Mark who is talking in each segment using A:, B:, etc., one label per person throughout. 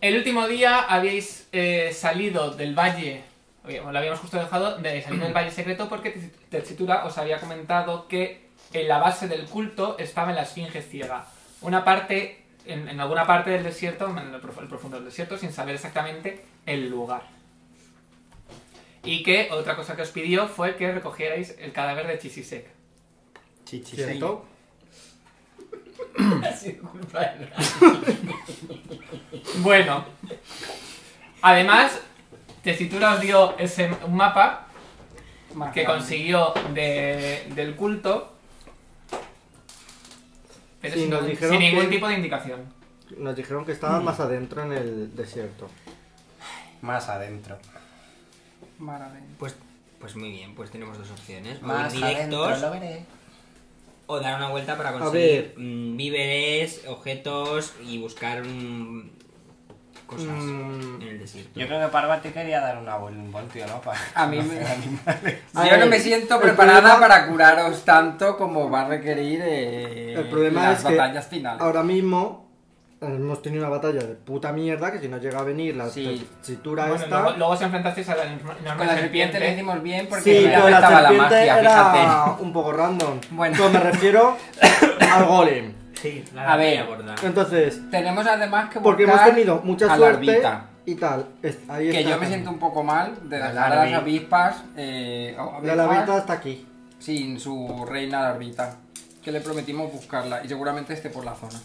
A: El último día habíais eh, salido del valle, oye, bueno, lo habíamos justo dejado, de salir del valle secreto porque Tercitura os había comentado que en la base del culto estaba en la esfinge ciega. Una parte, en, en alguna parte del desierto, en el prof- el profundo del desierto, sin saber exactamente el lugar. Y que otra cosa que os pidió fue que recogierais el cadáver de Chisisek.
B: Chichisei.
C: ¿Cierto?
D: Ha sido culpa de Bran.
A: Bueno. Además, Tesitura os dio ese un mapa
B: Más
A: que
B: grande.
A: consiguió de- del culto. Pero
C: Sí,
A: sin,
C: nos
A: ningún-
C: dijeron
A: sin ningún
C: que-
A: tipo de indicación.
C: Nos dijeron que
E: Mm.
C: estaba más adentro en el desierto.
B: Más adentro. Más adentro.
F: Pues, pues muy bien, pues tenemos dos opciones. O
B: Más
F: ir directos
B: adentro lo veré.
F: o dar una vuelta para
C: ver.
F: conseguir mm, víveres, objetos y buscar mm, cosas
C: Mm.
F: en el desierto.
B: Yo creo que Parvati quería dar una vuel- un voltio, ¿no? Para
E: A mí me-
B: conocer animales.
C: A
E: Yo no
C: ver,
E: me siento
C: el
E: preparada
C: problema-
E: para curaros tanto como va a requerir eh,
C: El problema
E: las
C: es que
E: batallas finales.
C: Ahora mismo hemos tenido una batalla de puta mierda que si no llega a venir la
E: Sí.
C: tesitura
A: Bueno,
C: esta...
A: luego, luego os enfrentasteis a la enorme
E: Con la serpiente lo
A: serpiente.
E: hicimos bien porque
C: Sí,
E: no le
C: pero la
E: afectaba la
C: serpiente
E: magia,
C: era
E: fíjate.
C: un poco random.
E: Bueno.
C: Pero me refiero al golem.
F: Sí,
E: la- A ver.
F: gorda.
C: Entonces,
E: Tenemos además que
C: porque hemos
E: buscar
C: tenido mucha
E: a
C: suerte
E: larvita,
C: y tal. Es- ahí
E: que
C: está.
E: yo me siento un poco mal de
B: La
E: dejar a las
B: larvi.
E: avispas, eh, o
C: La
E: avispas
C: larvita está aquí.
E: sin su reina larvita. Que le prometimos buscarla y seguramente esté por la zona.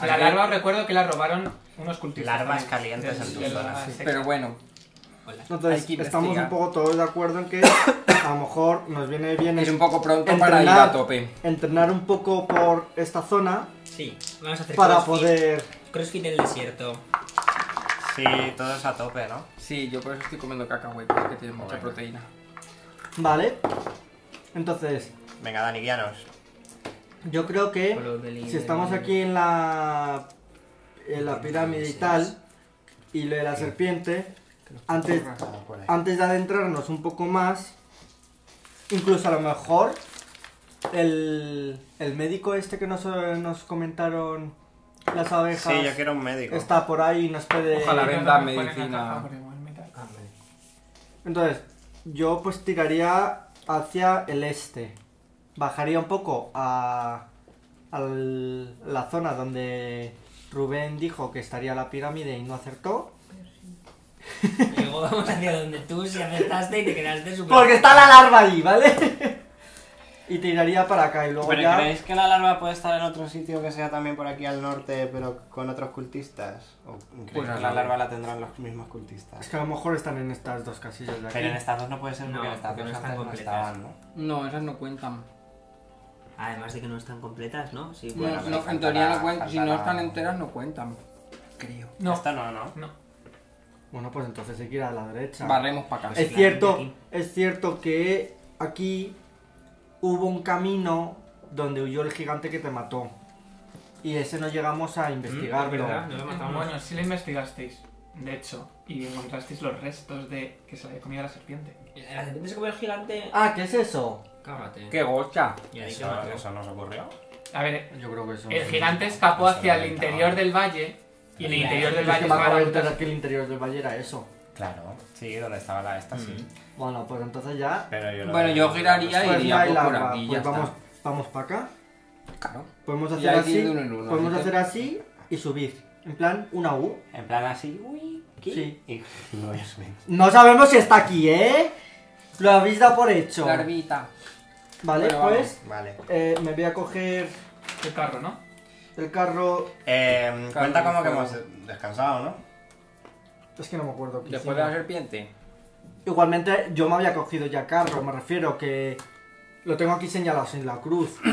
A: La larva os recuerdo que la robaron unos cultistas.
B: Larvas
A: también,
B: calientes
A: del-
B: en tus
A: del- ah,
B: zonas.
A: sí.
E: Pero bueno,
F: Hola.
C: Entonces,
E: Hay que
C: estamos un
E: investigar.
C: poco todos de acuerdo en que a lo mejor nos viene bien
E: es
C: es
E: un poco pronto para ir a
C: entrenar.
E: tope.
C: entrenar un poco por esta zona
F: Sí, vamos a hacer
C: para
F: crossfit.
C: poder.
F: Crossfit en el desierto.
B: Sí, todos a tope, ¿no?
E: Sí, yo por eso estoy comiendo cacahuetes porque tiene mucha
B: Bueno.
E: proteína.
C: Vale. Entonces,
B: Venga, Dani, guíanos.
C: yo creo que. Si estamos aquí en la en la pirámide y tal y lo de la serpiente antes
B: Ah, por ahí.
C: antes de adentrarnos un poco más incluso a lo mejor el, el médico este que nos, nos comentaron las abejas
B: Sí, yo quiero un médico.
C: está por ahí y nos puede
E: Ojalá
A: Pero
E: venda
A: Eh, no me ponen la
E: medicina.
A: caja porque igual me da-
C: entonces yo pues tiraría hacia el este bajaría un poco a a la zona donde Rubén dijo que estaría la pirámide y no acertó
F: Luego vamos hacia donde tú si acertaste y te quedaste súper...
C: Porque está la larva ahí, ¿vale? y tiraría para acá y luego
B: ¿Pero
C: ya.
B: creéis que la larva puede estar en otro sitio que sea también por aquí al norte, pero con otros cultistas? ¿O creéis
E: Pues
B: que
E: no.
B: la larva la tendrán los mismos
C: Es
B: cultistas?
C: que a lo mejor están en estas dos casillas de aquí.
B: Pero en este- estas dos no puede ser
F: No,
B: porque en estas
F: porque
B: dos
F: no están
B: antes no
F: completas.
B: estaban, ¿no?
E: No, esas no cuentan.
F: Además de que no están completas, ¿no? Sí,
E: No,
F: bueno.
B: pero
E: no,
B: falta
E: en teoría
B: la-
E: no cuentan. Si
B: falta
E: no
B: la-
E: están enteras, no cuentan. Creo.
A: No,
B: Esta no, ¿no?
A: no.
C: Bueno, pues entonces hay que ir a la derecha.
E: Barremos para acá.
C: Es
F: la
C: cierto,
F: gente
C: es cierto que aquí hubo un camino donde huyó el gigante que te mató. Y ese no llegamos a investigarlo.
F: Mm, ¿Verdad? No lo matamos.
A: mm, Bueno, sí lo investigasteis, de hecho, y encontrasteis los restos de que se la había comido la serpiente.
F: La serpiente se comió el gigante.
C: ah, ¿qué es eso?
F: Cágate.
E: ¡Qué gocha!
F: Y ahí se
B: Eso,
F: mató.
B: eso nos ocurrió.
A: A ver,
C: Yo creo que eso.
A: el gigante escapó
B: Eso
A: hacia
B: no
A: el
B: inventaba.
A: interior del valle y en el
F: Mira,
A: interior del
C: Es
A: valle
C: que me acabo de
A: estaban
C: enterar
A: otras-
C: que el interior del valle era eso.
B: Claro, sí, donde estaba la esta, sí.
C: Bueno, pues entonces ya.
B: Pero yo lo
E: Bueno, yo giraría
C: Pues
E: y
C: no
E: iría
C: hay
E: por
C: larva.
E: aquí y ya
C: Pues vamos,
E: está.
C: vamos para acá.
E: Claro.
C: Podemos
E: Y
C: hacer
E: hay que
C: así.
E: ir de uno en uno,
C: podemos
E: ¿viste?
C: hacer así y subir. En plan, una U.
B: En plan así, uy, ¿qué?
C: Sí.
B: Y y voy a subir.
C: No sabemos si está aquí, ¿eh? Lo habéis dado por hecho.
E: Larvita.
C: Vale,
E: Bueno,
C: pues
B: Vale.
C: eh, me voy a coger
A: el carro, ¿no?
C: el carro.
B: Eh, cuenta como que
E: fuego.
B: hemos descansado, ¿no?
C: Es que no me acuerdo. qué
E: Después de
C: hicimos.
E: la serpiente.
C: Igualmente, yo me había cogido ya carro. Me refiero que lo tengo aquí señalado sin la cruz.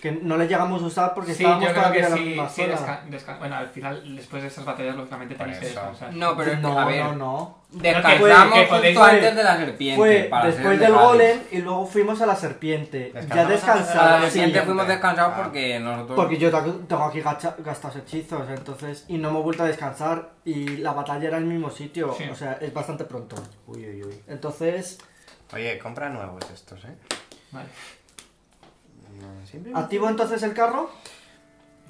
C: que no le llegamos a usar porque
A: sí,
C: estábamos
A: yo creo
C: todavía
A: que
C: en la
A: sí,
C: misma
A: sí
C: zona.
A: desca- desca- Bueno, al final, después de esas batallas, lógicamente
B: Por
A: tenéis que
B: eso.
A: descansar.
E: No, pero es que,
C: no,
E: a ver,
C: no, no.
E: descansamos
A: Que- que podéis-
E: justo antes de la serpiente.
C: Fue
E: para ser
C: después del
E: legales.
C: golem y luego fuimos a la serpiente. Ya
B: Descansamos antes de la
E: A la
C: descansada.
E: serpiente
B: sí.
E: fuimos descansados
B: Ah.
E: porque nosotros...
C: Porque yo ta- tengo aquí gacha- gastados hechizos, entonces. Y no me he vuelto a descansar. Y la batalla era en el mismo sitio.
A: Sí.
C: O sea, es bastante pronto.
B: Uy, uy, uy.
C: Entonces,
B: Oye, compra nuevos estos, ¿eh?
A: Vale.
B: No, siempre-
C: ¿activo entonces el carro?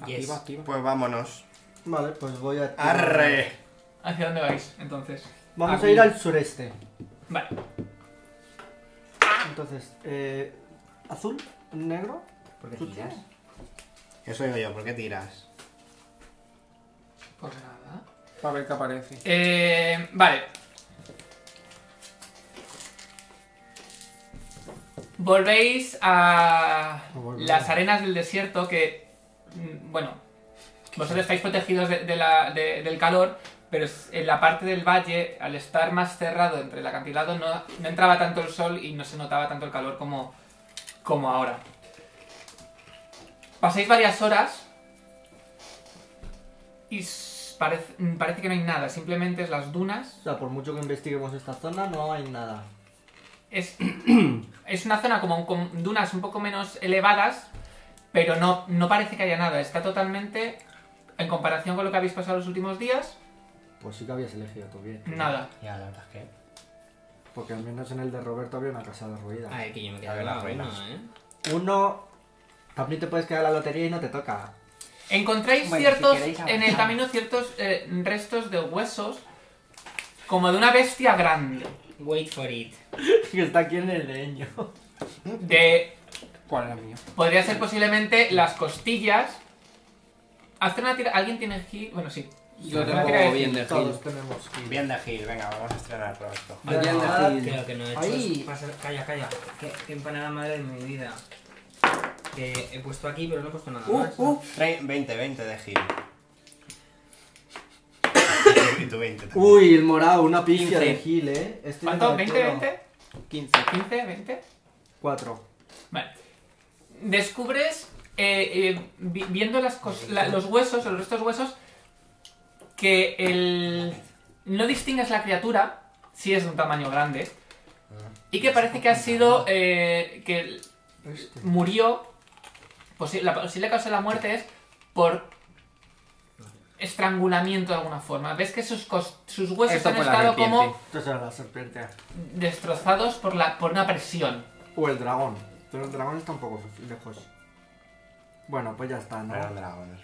E: Activa, activa.
B: Pues vámonos.
C: Vale, pues voy a. activar-
B: ¡Arre!
A: ¿Hacia dónde vais entonces?
C: Vamos
A: Aquí.
C: a ir al sureste.
A: Vale.
C: Entonces, eh, azul, negro.
B: ¿Por qué
C: ¿Tú
B: tiras?
C: tienes?
B: Eso digo yo, ¿por qué tiras?
A: Pues nada.
E: Para ver qué aparece.
A: Eh, vale. Volvéis a
C: No volvemos.
A: las arenas del desierto que, mm, bueno, vosotros estáis protegidos de- de la- de- del calor, pero es- en la parte del valle, al estar más cerrado entre el acantilado, no, no entraba tanto el sol y no se notaba tanto el calor como, como ahora. Pasáis varias horas y s- parece, mm, parece que no hay nada, simplemente es las dunas
C: O sea, por mucho que investiguemos esta zona, no hay nada.
A: es, es una zona como con dunas un poco menos elevadas, pero no, no parece que haya nada. Está totalmente, en comparación con lo que habéis pasado los últimos días,
C: Pues sí que habías elegido tú bien.
A: nada.
B: Ya, la verdad es que.
C: Porque al menos en el de Roberto había una casa derruida.
F: A ver, que yo me quedo
B: A ver,
F: con
B: las
F: la
B: ruinas.
F: una, ¿eh?
C: Uno, también te puedes quedar la lotería y no te toca.
A: Encontráis
E: Bueno, si
A: ciertos,
E: queréis
A: en el
E: avanzamos.
A: camino ciertos eh, restos de huesos, como de una bestia grande.
F: Wait for it.
C: Que está aquí en el leño.
A: De,
E: ¿Cuál era mío?
A: podría ser posiblemente las costillas. Hacer una tira- ¿Alguien tiene aquí? Bueno, sí.
E: Yo
A: No
E: tengo
A: quería decir
E: bien de
C: Todos
E: heal.
C: tenemos que ir.
B: Bien de Gil, venga, vamos a estrenar pronto.
C: Bien
E: Bien de
C: nada,
E: heal.
F: Creo que no he hecho.
C: Ahí.
F: Pasa- Calla, calla. Qué, qué empanada madre de mi vida. Que he puesto aquí, pero no he puesto nada más.
E: Uh,
F: ¿no?
E: uh.
B: Tre- 20, 20 de Gil. y tú 20 también.
C: Uy, el morado, una pifia
E: 15.
C: de Gil, eh. Este
A: ¿Cuánto?
C: no me
A: ¿20,
C: acuerdo.
A: 20?
E: 15.
A: ¿15, 20?
C: Cuatro.
A: Vale. Descubres, eh, eh, vi- viendo las cos- la- los huesos, los restos huesos, que el... no distingues la criatura, si es de un tamaño grande, y que parece que ha sido... eh, que el-
C: Este.
A: murió... posi- la posible causa de la muerte es por estrangulamiento de alguna forma. Ves que sus, cos- sus huesos
E: Esto
A: han
E: fue la
A: estado
E: serpiente.
A: como
C: Esto será la serpiente.
A: destrozados por, la, por una presión.
C: O el dragón. Pero el dragón está un poco lejos. Bueno, pues ya está, ¿no?
B: Era un dragón, eso.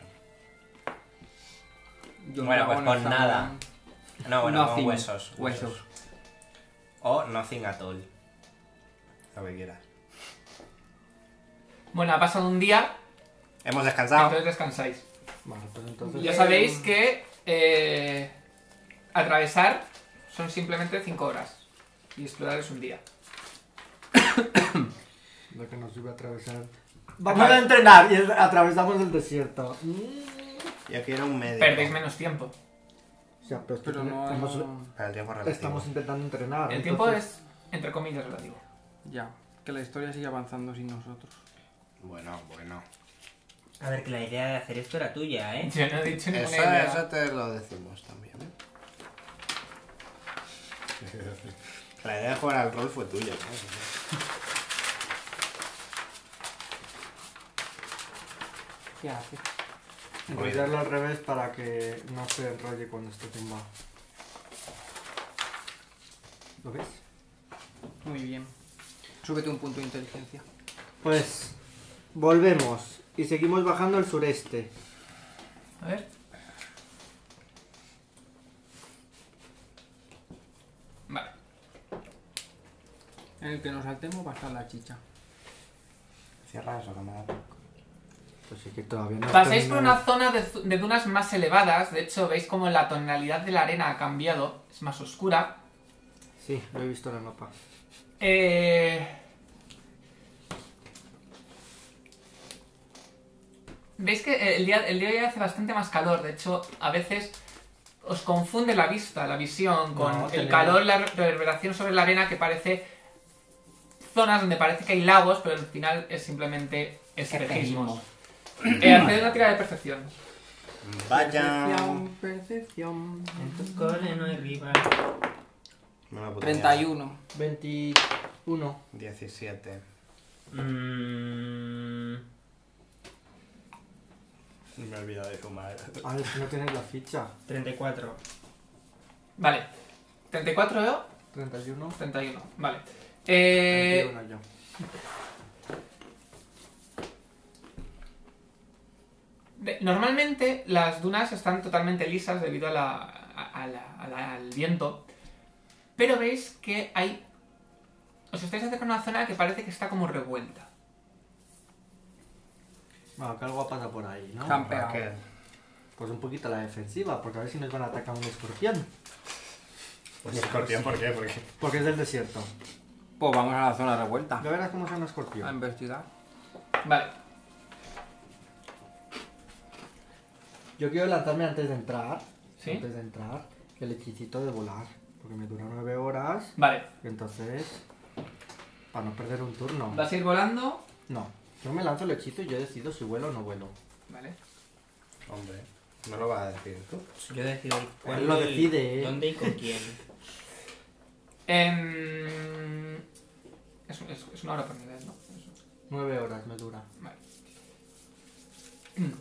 E: Yo
B: Bueno,
E: no
B: pues
E: hago
B: con
E: esta-
B: nada. No, bueno, con
E: Nothing.
B: huesos.
E: Huesos.
B: O nothing at all. Lo que quieras.
A: Bueno, ha pasado un día, entonces
B: Hemos descansado.
A: descansáis.
C: Vale, pues entonces.
A: Ya sabéis que eh, atravesar son simplemente 5 horas y explorar es un día.
C: Lo que nos iba a atravesar. Vamos a entrenar y el- atravesamos el desierto. Mm.
B: Yo quiero un medio.
A: Perdéis menos tiempo.
C: O sea, pero, es que
E: Pero no,
C: estamos,
E: no-
B: Para el tiempo relativo.
C: estamos intentando entrenar.
A: El tiempo
C: entonces-
A: es, entre comillas, relativo.
E: Ya, que la historia sigue avanzando sin nosotros.
B: Bueno, bueno.
F: A ver, que la idea de hacer esto era tuya, ¿eh?
A: Yo no he dicho ninguna
B: Eso,
A: idea.
B: eso te lo decimos también. ¿eh? La idea de jugar al rol fue tuya, ¿no?
E: ¿Qué hace?
C: Enrollarlo al revés para que no se enrolle cuando esté tumbado. ¿Lo ves?
E: Muy bien. Súbete un punto de inteligencia.
C: Pues volvemos y seguimos bajando al sureste.
A: A ver. Vale.
E: En el que nos saltemos va a estar la chicha.
B: Cierra eso, camarada.
C: Pues sí que todavía no.
A: Pasáis
C: terminamos.
A: por una zona de, zu- de dunas más elevadas, de hecho veis como la tonalidad de la arena ha cambiado, es más oscura.
C: Sí, lo he visto en el mapa.
A: Eh... Veis que eh, el día, el día de hoy hace bastante más calor, de hecho, a veces os confunde la vista, la visión, con
C: No,
A: el
C: tenemos-
A: calor, la reverberación sobre la arena que parece zonas donde parece que hay lagos, pero al final es simplemente espejismos. Eh, haced una tira de perfección.
B: Vaya.
E: Percepción, percepción.
C: Mm.
F: En tu cole no hay rival.
B: No me puto
E: 31.
C: 21.
B: 17.
F: Mmm.
B: Me he olvidado de sumar.
C: A ver, si no tienes la ficha.
F: 34.
A: Vale. 34 yo,
C: 31.
A: 31. Vale. Eh,
C: 21 yo.
A: de- normalmente las dunas están totalmente lisas debido a la- a- a la- a la- al viento, pero veis que hay... Os estáis acercando a una zona que parece que está como revuelta.
C: Bueno, que algo ha pasado por ahí, ¿no?
E: Están pegados.
B: Que-
C: Pues un poquito a la defensiva, porque a ver si nos van a atacar un escorpión.
B: ¿Y Pues escorpión por qué? Porque
C: Porque es del desierto.
E: Pues vamos a la zona revuelta.
C: Ya verás cómo son
E: A
C: los escorpión.
E: investigar.
A: Vale,
C: Yo quiero lanzarme antes de entrar.
A: ¿Sí?
C: Antes de entrar, el hechicito de volar. Porque me dura nueve horas.
A: vale.
C: y Entonces, para no perder un turno.
A: Vas a ir volando.
C: No, yo me lanzo el hechizo y yo decido si vuelo o no vuelo.
A: Vale.
B: Hombre, no lo vas a decir tú.
F: Pues Yo decido cuándo
C: Él lo
F: y-
C: decide, eh.
F: dónde y con quién.
A: Em, Es, es- es una hora por nivel, ¿no? Eso.
C: Nueve horas me dura.
A: Vale. Mm.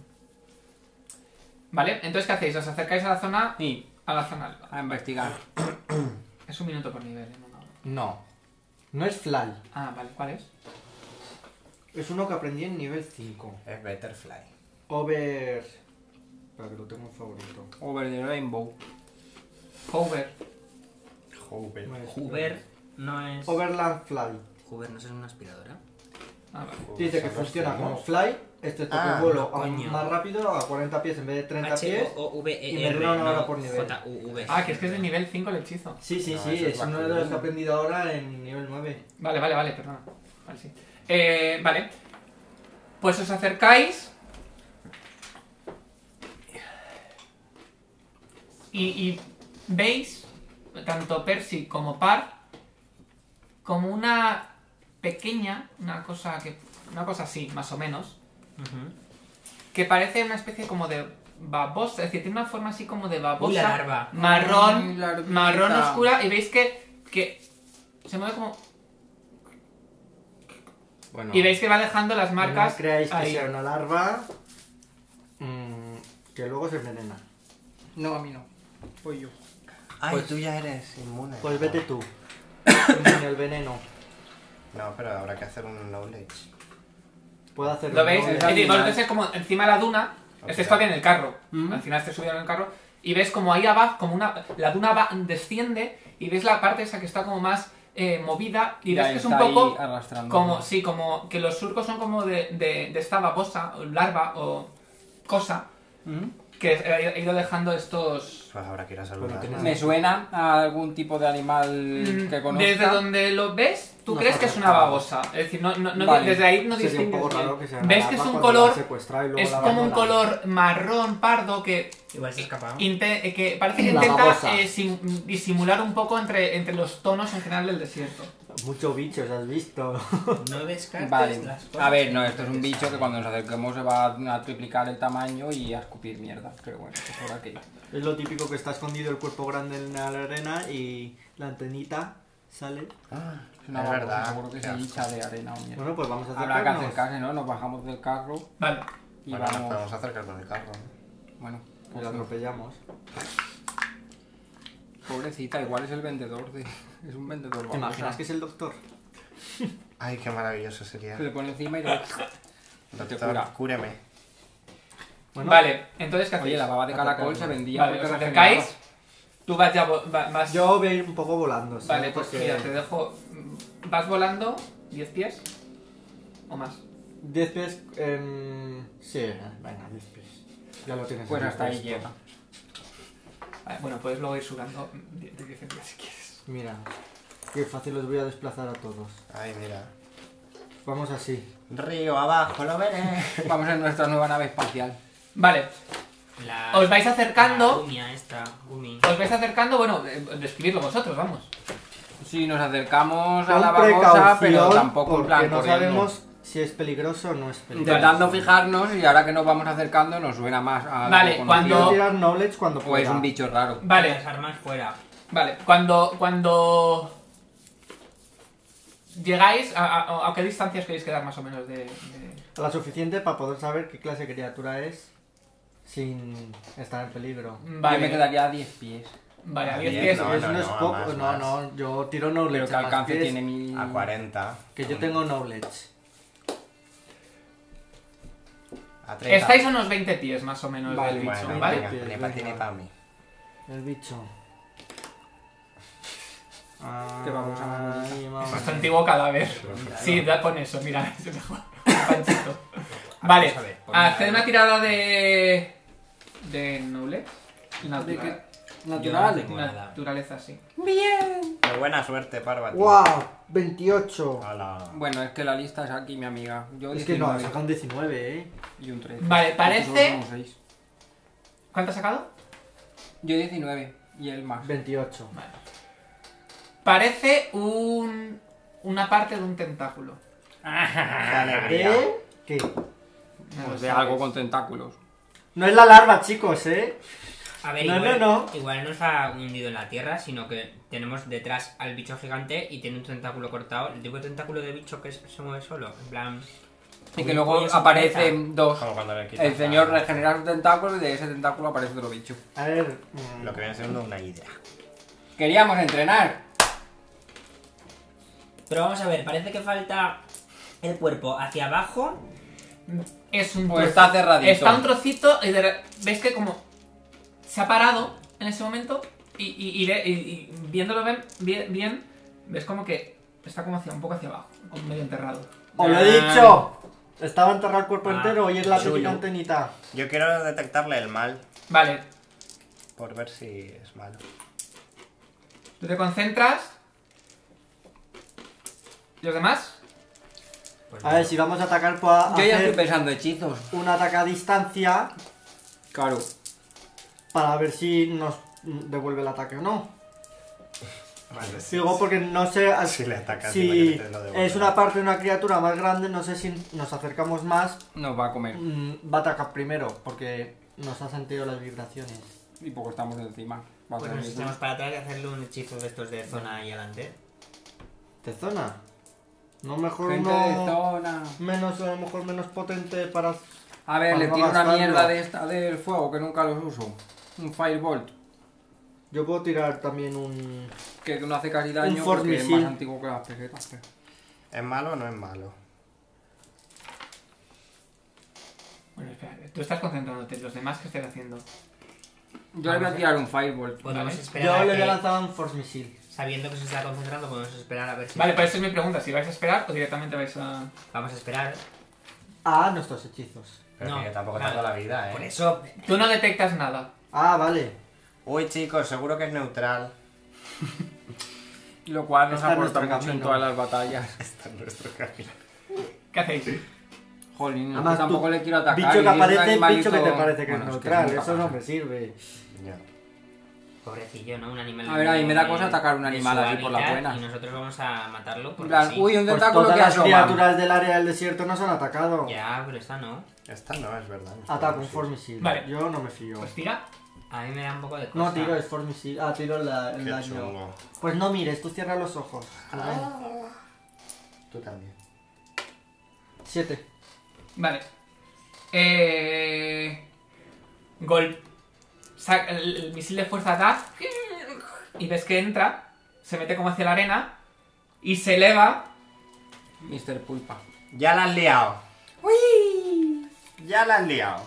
A: Vale, entonces ¿qué hacéis? Os acercáis a la zona
E: Sí,
A: a la zona alta.
E: a investigar.
A: Es un minuto por nivel, ¿eh? No, no.
C: No, no es fly.
A: Ah, vale, ¿cuál es?
C: Es uno que aprendí en nivel 5.
B: Es Betterfly.
C: Over. Espera, que lo tengo en favorito.
E: Over the rainbow.
A: Hover.
B: Hoover.
C: No es-
F: Hoover no es.
C: Overland Fly.
F: Hoover no es una aspiradora.
A: Ah, vale.
C: Dice que
B: Son los
C: funciona como
B: primos.
C: fly, excepto que
B: Ah,
C: vuelo a-
F: coño.
C: más rápido a 40 pies en vez de 30 pies.
F: H O V
C: y
F: E
C: me
F: R
C: dura una hora por nivel.
F: J U V.
A: Ah, que es que es de nivel 5 el hechizo.
C: Sí, sí,
B: No,
C: sí,
B: eso es
C: es uno de los
B: bajo
C: que he
B: nivel.
C: aprendido ahora en nivel 9.
A: Vale, vale, vale, perdona. Vale, sí. Eh, vale. Pues os acercáis. Y, y veis, tanto Percy como Par, como una pequeña, una cosa que. Una cosa así, más o menos. Que parece una especie como de babosa. Es decir, tiene una forma así como de babosa.
F: Uy, la larva.
E: Ay,
A: Marrón.
E: larvita.
A: marrón oscura. Y veis que. que se mueve como
E: Bueno.
A: Y veis que va dejando las marcas.
C: no creáis que
A: ahí.
C: sea una larva mm, que luego se envenena.
E: No, a mí no. Voy yo.
B: Ay, tú ya eres inmune.
C: Pues vete tú. Inmune al veneno.
B: No, pero habrá que hacer un knowledge.
C: Puedo hacerlo.
A: ¿Lo veis?
C: ¿no?
A: Es
E: Al
A: decir,
E: final.
A: vosotros es como encima de la duna.
B: Al
A: Estáis
B: final.
A: todavía en el carro.
E: Ujú.
A: Al final estáis subido en el carro. Y ves como ahí abajo, como una. La duna va, desciende. Y ves la parte esa que está como más eh, movida. Y ves
E: Ya
A: que es un
E: está ahí
A: poco.
C: ah,
E: arrastrando.
A: Como, sí, como que los surcos son como de, de, de esta babosa, o larva o cosa.
E: ¿Mm?
A: Que ha ido dejando estos.
B: Pues habrá que ir a saludar.
C: tienes-
E: Me suena a algún tipo de animal que conozca.
A: Mm, Desde donde lo ves, tú
C: No
A: crees
C: está
A: que es una
C: afectado.
A: babosa. Es decir, no, no, no-
E: Vale.
A: desde ahí no
C: Sería un
A: distingues
C: poco
A: bien.
C: raro que sea una
A: Ves que es
C: larva
A: un
C: cuando la
A: color.
C: han secuestrado y luego
A: Es
C: la
A: como un
C: abandonan.
A: color marrón pardo que,
F: Igual se escapaba.
A: inte- eh, que parece que
C: La
A: intenta
C: babosa.
A: eh, sim- disimular un poco entre, entre los tonos en general del desierto.
C: Muchos bichos, has visto.
F: No descartes
E: Vale.
F: las cosas.
E: A ver, no, esto es un bicho que cuando nos acerquemos se va a triplicar el tamaño y a escupir mierda. Pero bueno, eso habrá que ir.
C: Es lo típico que está escondido el cuerpo grande en la arena y la antenita sale.
B: Ah,
E: Es una babosa,
B: es verdad.
E: seguro que
B: qué
E: se
B: asco.
E: hincha de arena o mierda.
C: Bueno, pues vamos a
E: Habrá que
C: acercarnos.
E: acercarse, ¿no? Nos bajamos del carro
A: Vale.
E: y
B: Bueno, nos
E: vamos.
B: podemos acercar con el carro.
E: Bueno,
C: Y
E: pues
C: la atropellamos.
E: pobrecita, igual es el vendedor de. Es un vendedor
C: ¿Te
E: babosa.
C: imaginas que es el doctor?
B: Ay, qué maravilloso sería.
E: Se le pone encima y le. te cura.
B: Doctor, cúreme.
C: Bueno,
A: vale, entonces, ¿qué
E: Oye,
A: hacéis?
E: la baba de caracol
C: Acercarnos.
E: se vendía
A: Vale,
E: porque
A: os
E: regeneraba.
A: acercáis. Tú vas ya. vo- va- vas,
C: Yo voy a ir un poco volando. ¿sí?
A: vale, pues
C: Porque
A: mira, te dejo. mm, Vas volando 10 pies o más.
C: 10 pies. em, Sí, venga, 10 pies. Ya lo tienes.
E: Pues
C: en
E: hasta ahí
C: puesto.
E: llega.
A: Vale, bueno, puedes luego ir sudando mm, de de 10 en 10 si quieres.
C: Mira, qué fácil los voy a desplazar a todos.
B: Ay, mira.
C: Vamos así.
B: Río abajo, lo veré.
E: Vamos en nuestra nueva nave espacial.
A: Vale,
F: La-
A: os vais acercando.
F: la gumia esta, gumi.
A: os vais acercando, bueno, eh, describirlo vosotros, vamos.
E: Sí, nos acercamos a
C: Con
E: la babosa,
C: precaución,
E: pero tampoco en
C: porque
E: plan
C: no
E: corriendo.
C: sabemos si es peligroso o no es peligroso.
E: Intentando fijarnos y ahora que nos vamos acercando nos suena más a
A: Vale,
E: algo
A: cuando-
C: Quiero
E: conocido.
C: tirar knowledge cuando
E: O es
C: pueda.
E: un bicho raro.
A: Vale,
F: Las armas fuera.
A: Vale, cuando. cuando llegáis, a, a- a qué distancia os queréis quedar más o menos de. de-
C: La suficiente para poder saber qué clase de criatura es sin estar en peligro.
A: Vale,
E: Yo me quedaría a 10 pies.
A: vale, a
B: a
A: 10
B: diez,
A: pies.
B: No,
C: es
B: no,
C: un
B: no,
C: scope-
B: más,
C: no,
B: más.
C: no, yo tiro knowledge.
E: Pero que
C: a más
E: alcance
C: pies,
E: tiene mi...
B: A 40.
C: Que yo tengo knowledge.
B: A 30.
A: Estáis a unos 20 pies más o menos
E: Vale,
A: del bicho,
B: Bueno,
A: ¿vale?
B: venga,
C: Pies,
B: tiene
C: venga.
B: pa- tiene pa' mí.
C: El bicho.
E: Que vamos a-
C: Ay, vamos.
A: Nuestro antiguo cadáver. Sí, da, pon eso, mira, es mejor. Panchito. Vale,
F: Vamos a ver, pon
A: haced
F: la-
A: una tirada de. de Knowledge.
C: ¿De qué?
A: Natural.
F: Yo no
C: Natural.
F: tengo nada.
A: Naturaleza, sí.
B: Pero buena suerte, Parvati.
C: ¡Wow! 28.
B: Hola.
E: Bueno, es que la lista es aquí, mi amiga. Yo
C: Es que no, ha
E: 19
C: sacado un 19, eh.
E: y un 13.
A: Vale,
E: Porque
A: parece-
E: todos somos seis.
A: ¿Cuánto has sacado?
E: Yo 19 y él más.
C: 28.
A: Parece un. una parte de un tentáculo.
B: Qué
C: ¿Eh?
B: alegría.
C: ¿Qué?
A: No lo
E: Pues de
A: sabes.
E: algo con tentáculos.
C: No es la larva, chicos, eh.
F: A ver,
C: No,
F: igual,
C: no, no.
F: igual no se ha hundido en la tierra, sino que tenemos detrás al bicho gigante y tiene un tentáculo cortado. El tipo de tentáculo de bicho que se mueve solo. En plan.
E: Y
F: Uy,
E: que luego
F: uy, es
E: aparecen dos.
B: Como cuando le quitas
E: El señor
B: la-
E: regenera su tentáculo y de ese tentáculo aparece otro bicho.
C: A ver. mm,
B: Lo que viene siendo una hidra.
E: Queríamos entrenar.
F: Pero vamos a ver, parece que falta el cuerpo hacia abajo.
A: Es un
E: O Pues está cerradito.
A: Está un trocito y de re- ves que como se ha parado en ese momento y, y- y ve- y- y viéndolo ven- bien, bien, ves como que está como hacia un poco hacia abajo, como medio enterrado.
C: ¡Os lo he
E: Ah.
C: dicho! Estaba enterrado el cuerpo
F: Ah,
C: entero y es la
F: suyo.
C: típica antenita.
B: Yo quiero detectarle el mal
A: Vale,
B: por ver si es malo.
A: tú te concentras. ¿Los demás?
F: Pues
C: A ver,
F: no.
C: si vamos a atacar, pues a
E: Yo ya estoy
C: hacer
E: pensando hechizos.
C: un ataque a distancia
E: Claro.
C: para ver si nos mm, devuelve el ataque o no.
B: Vale,
C: Digo, porque no sé al-
B: Si le atacas,
C: si
B: imagínate, lo devuelve.
C: es una parte de una criatura más grande, no sé si nos acercamos más,
E: Nos va a comer.
C: mm, va a atacar primero, porque nos ha sentido las vibraciones.
E: Y poco estamos encima. Va a
F: Pues
E: ser
F: nos
E: eso.
F: echamos para atrás y hacerle un hechizo de estos de zona ahí adelante.
C: ¿Te zona? No mejor
E: Gente
C: uno
E: de zona.
C: menos, a lo mejor menos potente para...
E: A ver,
C: Para
E: le
C: no
E: tiro una
C: gastarlo.
E: mierda de esta del fuego que nunca los uso. Un firebolt.
C: Yo puedo tirar también un...
E: Que no hace casi daño
C: Ford
E: porque es
C: Missile.
E: más antiguo que las pesetas. pero-
B: ¿Es malo o no es malo?
A: Bueno, espera, tú estás concentrándote, los demás que estás haciendo.
E: Yo le voy a tirar un firebolt.
F: Podemos
A: Vale.
C: Yo
F: esperar
C: le
F: a
C: voy a
F: que-
C: lanzar un Force Missile.
F: sabiendo que se está concentrando, podemos esperar a ver si.
A: Vale, pues esa es mi pregunta, si vais a esperar o directamente vais a...
F: Vamos a esperar.
C: Ah, nuestros hechizos.
B: Pero
F: No,
B: que yo tampoco
F: vale.
B: tengo la vida,
F: Por
B: eh.
F: eso.
A: Tú no detectas nada.
C: Ah, vale.
B: Uy, chicos, seguro que es neutral.
E: Lo cual nos
C: Está en
E: aporta
C: nuestro
E: mucho en
C: camino.
E: todas las batallas.
B: Está en nuestro camino.
A: ¿Qué hacéis?
E: Jolín, no,
C: Además,
E: que tampoco
C: tú-
E: le quiero atacar.
C: Bicho
E: y
C: que
E: es un
C: aparece, bicho que te
E: animalito-
C: parece que
E: Bueno,
C: es
E: es que
C: neutral.
E: nunca
C: Eso no
E: pasa.
C: me sirve.
B: Ya.
F: Pobrecillo, ¿no? Un animal.
E: A ver, a mí me da
F: de-
E: cosa atacar un
F: de
E: animal
F: su
E: así por la
F: hábitat
E: buena.
F: Y nosotros vamos a matarlo
E: En
F: porque
E: plan,
F: sí.
E: uy, un
C: Pues
E: tentáculo
C: todas
E: que
C: las
E: asoma.
C: criaturas del área del desierto nos han atacado.
F: Ya, pero esta no.
B: Esta no, es verdad.
C: Ataco un
B: Sí.
C: Force Missile.
A: Vale.
C: Yo no me fío.
A: Pues tira.
F: A mí me da un poco de cosa.
C: No tiro el Force Missile. Ah, tiro la- el
B: Qué
C: daño.
B: chungo.
C: Pues no mires, tú cierra los ojos.
B: Tú también.
C: Siete.
A: Vale. Eh... Gol... saca el, el misil de fuerza atrás y ves que entra, se mete como hacia la arena y se eleva.
E: Mr. Pulpa.
B: Ya la has liado. ¡Uy! Ya la has liado.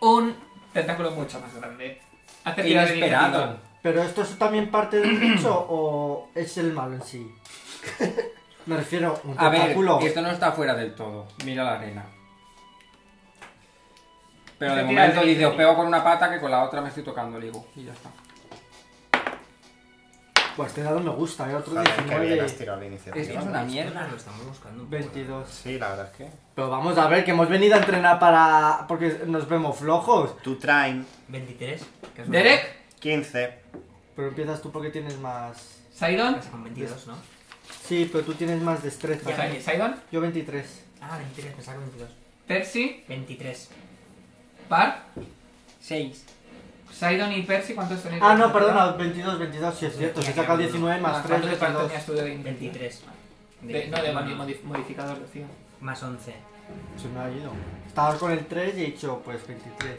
A: un tentáculo mucho más grande. Hace tirar de
E: Inesperado.
A: iniciativa.
C: ¿Pero esto es también parte del bicho o es el malo en sí? Me refiero un
E: A ver,
C: tentáculo.
E: esto no está fuera del todo. Mira la arena. Pero de
A: Este tira
E: momento
A: de
E: dice, os
A: iniciativa.
E: pego con una pata que con la otra me estoy tocando el higo. Y ya está.
C: Pues este dado me gusta, ¿eh? Otro
B: Joder, qué bien
C: 19.
B: has tirado la iniciativa.
E: Esto es una
F: Mierda,
E: mierda.
F: lo estamos buscando. un poco.
C: 22.
B: Sí, la verdad es que.
C: Pero vamos a ver, que hemos venido a entrenar para... Porque nos vemos flojos.
B: Tu train
F: 23. que es un-
A: Derek,
B: 15.
C: Pero empiezas tú porque tienes más...
A: Saidon.
F: Pasa Con 22, ¿no?
C: Sí, pero tú tienes más destreza.
A: o sea, Saidon,
C: Yo 23.
F: Ah, 23, me saco 22.
A: Percy,
F: 23.
A: Par.
E: 6.
A: Saidon y Percy, ¿cuántos tenéis?
C: Ah, no, perdona, 22, 22, sí es cierto. Si he sacado 19 más 3,
A: Ah, ¿Cuántos de parte
C: 22.
A: tenías tú de 23?
F: 23.
A: De, no, de modi- modificador, decía.
F: Más 11.
C: Se me ha ido. Estabas con el 3 y he dicho, pues 23.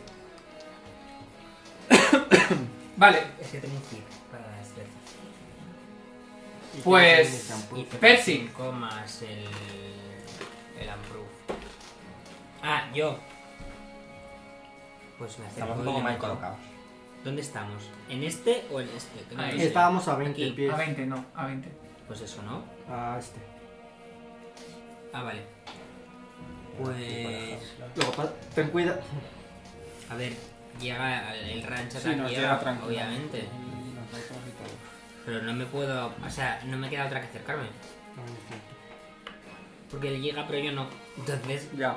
A: Vale,
F: Es que tengo un clic para este la destreza.
C: Y
A: Pues,
C: tienes el shampoo.
F: Y
A: Percy.
F: 5 más el. el Amproof. Ah, yo. Pues me acerco
E: Estamos un
F: y
E: poco
F: le
E: mal
F: meto.
E: colocados.
F: ¿Dónde estamos? ¿En este o en este? Que no
A: Ahí.
F: lo sé.
C: Estábamos a 20
F: Aquí.
A: A
C: pies.
A: 20, no, a 20.
F: Pues eso, ¿no?
C: A este.
F: Ah, vale. Pues...
C: Luego, pa- ten cuidado.
F: A ver, llega al- el rancho
E: Sí, nos
F: aquí,
E: llega tranquilo.
F: obviamente.
E: Y nosotros y todo.
F: Pero no me puedo... O sea, no me queda otra que acercarme. Porque él llega, pero yo no. Entonces...
E: Ya.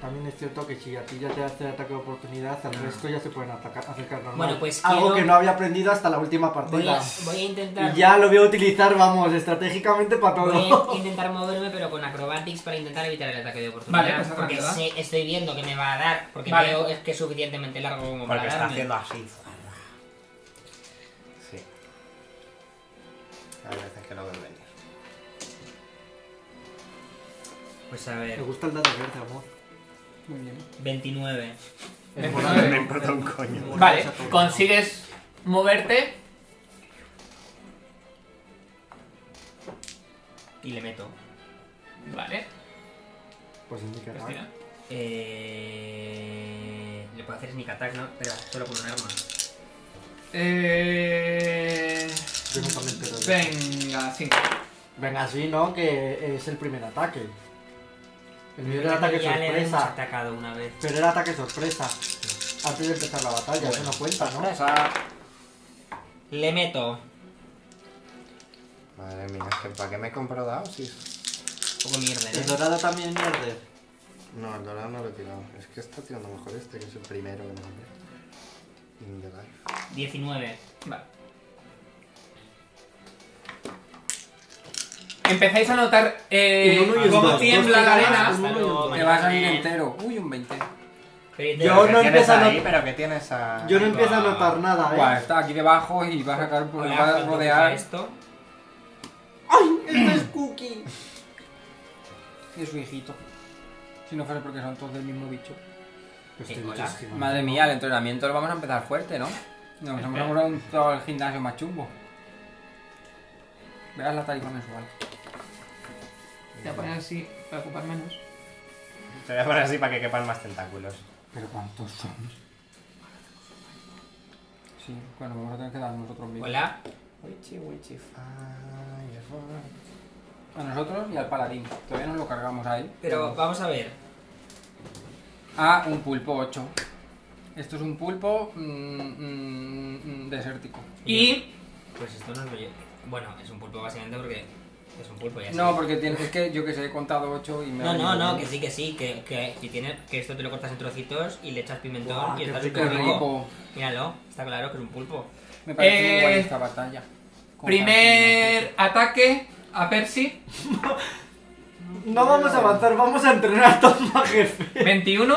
C: También es cierto que si a ti ya te hace ataque de oportunidad, al
F: Ah.
C: resto ya se pueden atacar, acercar normal.
F: Bueno, pues
C: Algo
F: quiero-
C: que no había aprendido hasta la última
F: Voy a,
C: partida.
F: voy a intentar...
C: Y ya lo voy a utilizar, vamos, estratégicamente para todo.
F: Voy a intentar moverme, pero con acrobatics para intentar evitar el ataque de oportunidad.
A: Vale, pues
F: porque
A: atrás,
F: sé- estoy viendo que me va a dar, porque
A: Vale.
F: veo es que es suficientemente largo como para
D: Porque está
F: darme.
D: haciendo así.
B: Sí. Hay veces que lo ven venir.
F: Pues a
C: Me
F: ver,
C: gusta el dado verde, amor.
A: Muy bien.
F: 29.
D: Me importa un coño.
A: Vale, consigues moverte.
F: Y le meto.
A: Vale,
C: Pues indica.
A: pues tira.
F: Eh... Le puedo hacer sneak attack, ¿no? Pero solo con un arma.
A: Eh...
C: ah, Yo nunca me entero de eso.
A: Venga, sí.
C: Venga, sí, ¿no? Que es el primer ataque. El primer
F: Ya
C: ataque
F: le hemos
C: sorpresa.
F: atacado una vez.
C: Pero era ataque sorpresa. Antes de empezar la batalla, eso no cuenta, ¿no?
F: Le meto.
B: Madre mía, es que ¿para qué me he comprado dados? Sí.
F: Poco mierda,
C: El
F: ¿eh?
C: dorado también mierde.
B: No, el dorado no lo he tirado. Es que está tirando mejor este, que es el primero que me compré. In the life.
F: 19.
A: Vale. Empezáis a notar eh,
C: Un uno y un
A: cómo
C: dos.
A: tiembla
C: Dos
A: la
C: tiras,
A: arena.
C: un uno y un dos.
E: Te va a
F: eh,
E: salir entero. Uy, un 20.
B: Pero
C: Yo
B: que
C: no
B: tienes
C: empiezo a
B: ahí,
C: not-
B: pero que tienes a...
C: Yo no empiezo a notar nada, ¿eh?
E: Buah, está aquí debajo y va a sacar por va a rodear.
F: esto.
C: ¡Esto es Cookie!
E: Y su hijito. Si no fuera porque son todos del mismo bicho.
A: Eh,
C: Estoy
F: Hola.
C: muchísimo.
E: Madre mía, el entrenamiento lo vamos a empezar fuerte, ¿no? Nos hemos comprado un todo el gimnasio más chungo. Verás la tarifa mensual.
A: Voy a poner así para ocupar menos.
B: Te voy a poner así para que quepan más tentáculos.
E: Pero ¿cuántos son? Sí, bueno, vamos a tener que dar nosotros mismos.
F: Hola.
B: Wichi, wichi, fire.
E: A nosotros y al paladín. Todavía nos lo cargamos ahí.
F: Pero vamos a ver.
E: Ah, un pulpo 8. Esto es un pulpo mm, mm, mm, desértico.
A: Y
F: Pues esto no es lo lle- Bueno, es un pulpo básicamente porque es un pulpo ya
E: No, porque tienes, es que yo que sé, he contado 8 y me... ¿eh? ha
F: No, no,
E: venido
F: no,
E: bien.
F: que sí, que sí, que, que, que tiene, que esto te lo cortas en trocitos y le echas pimentón
C: Guau,
F: y
C: qué
F: está
C: rico,
F: súper
E: qué
F: rico.
E: rico.
F: Míralo, está claro que es un pulpo.
E: Me parece
A: Eh,
E: muy guay esta batalla.
A: primer ataque a Percy.
C: No vamos a avanzar, vamos a entrenar toma jefe.
A: 21.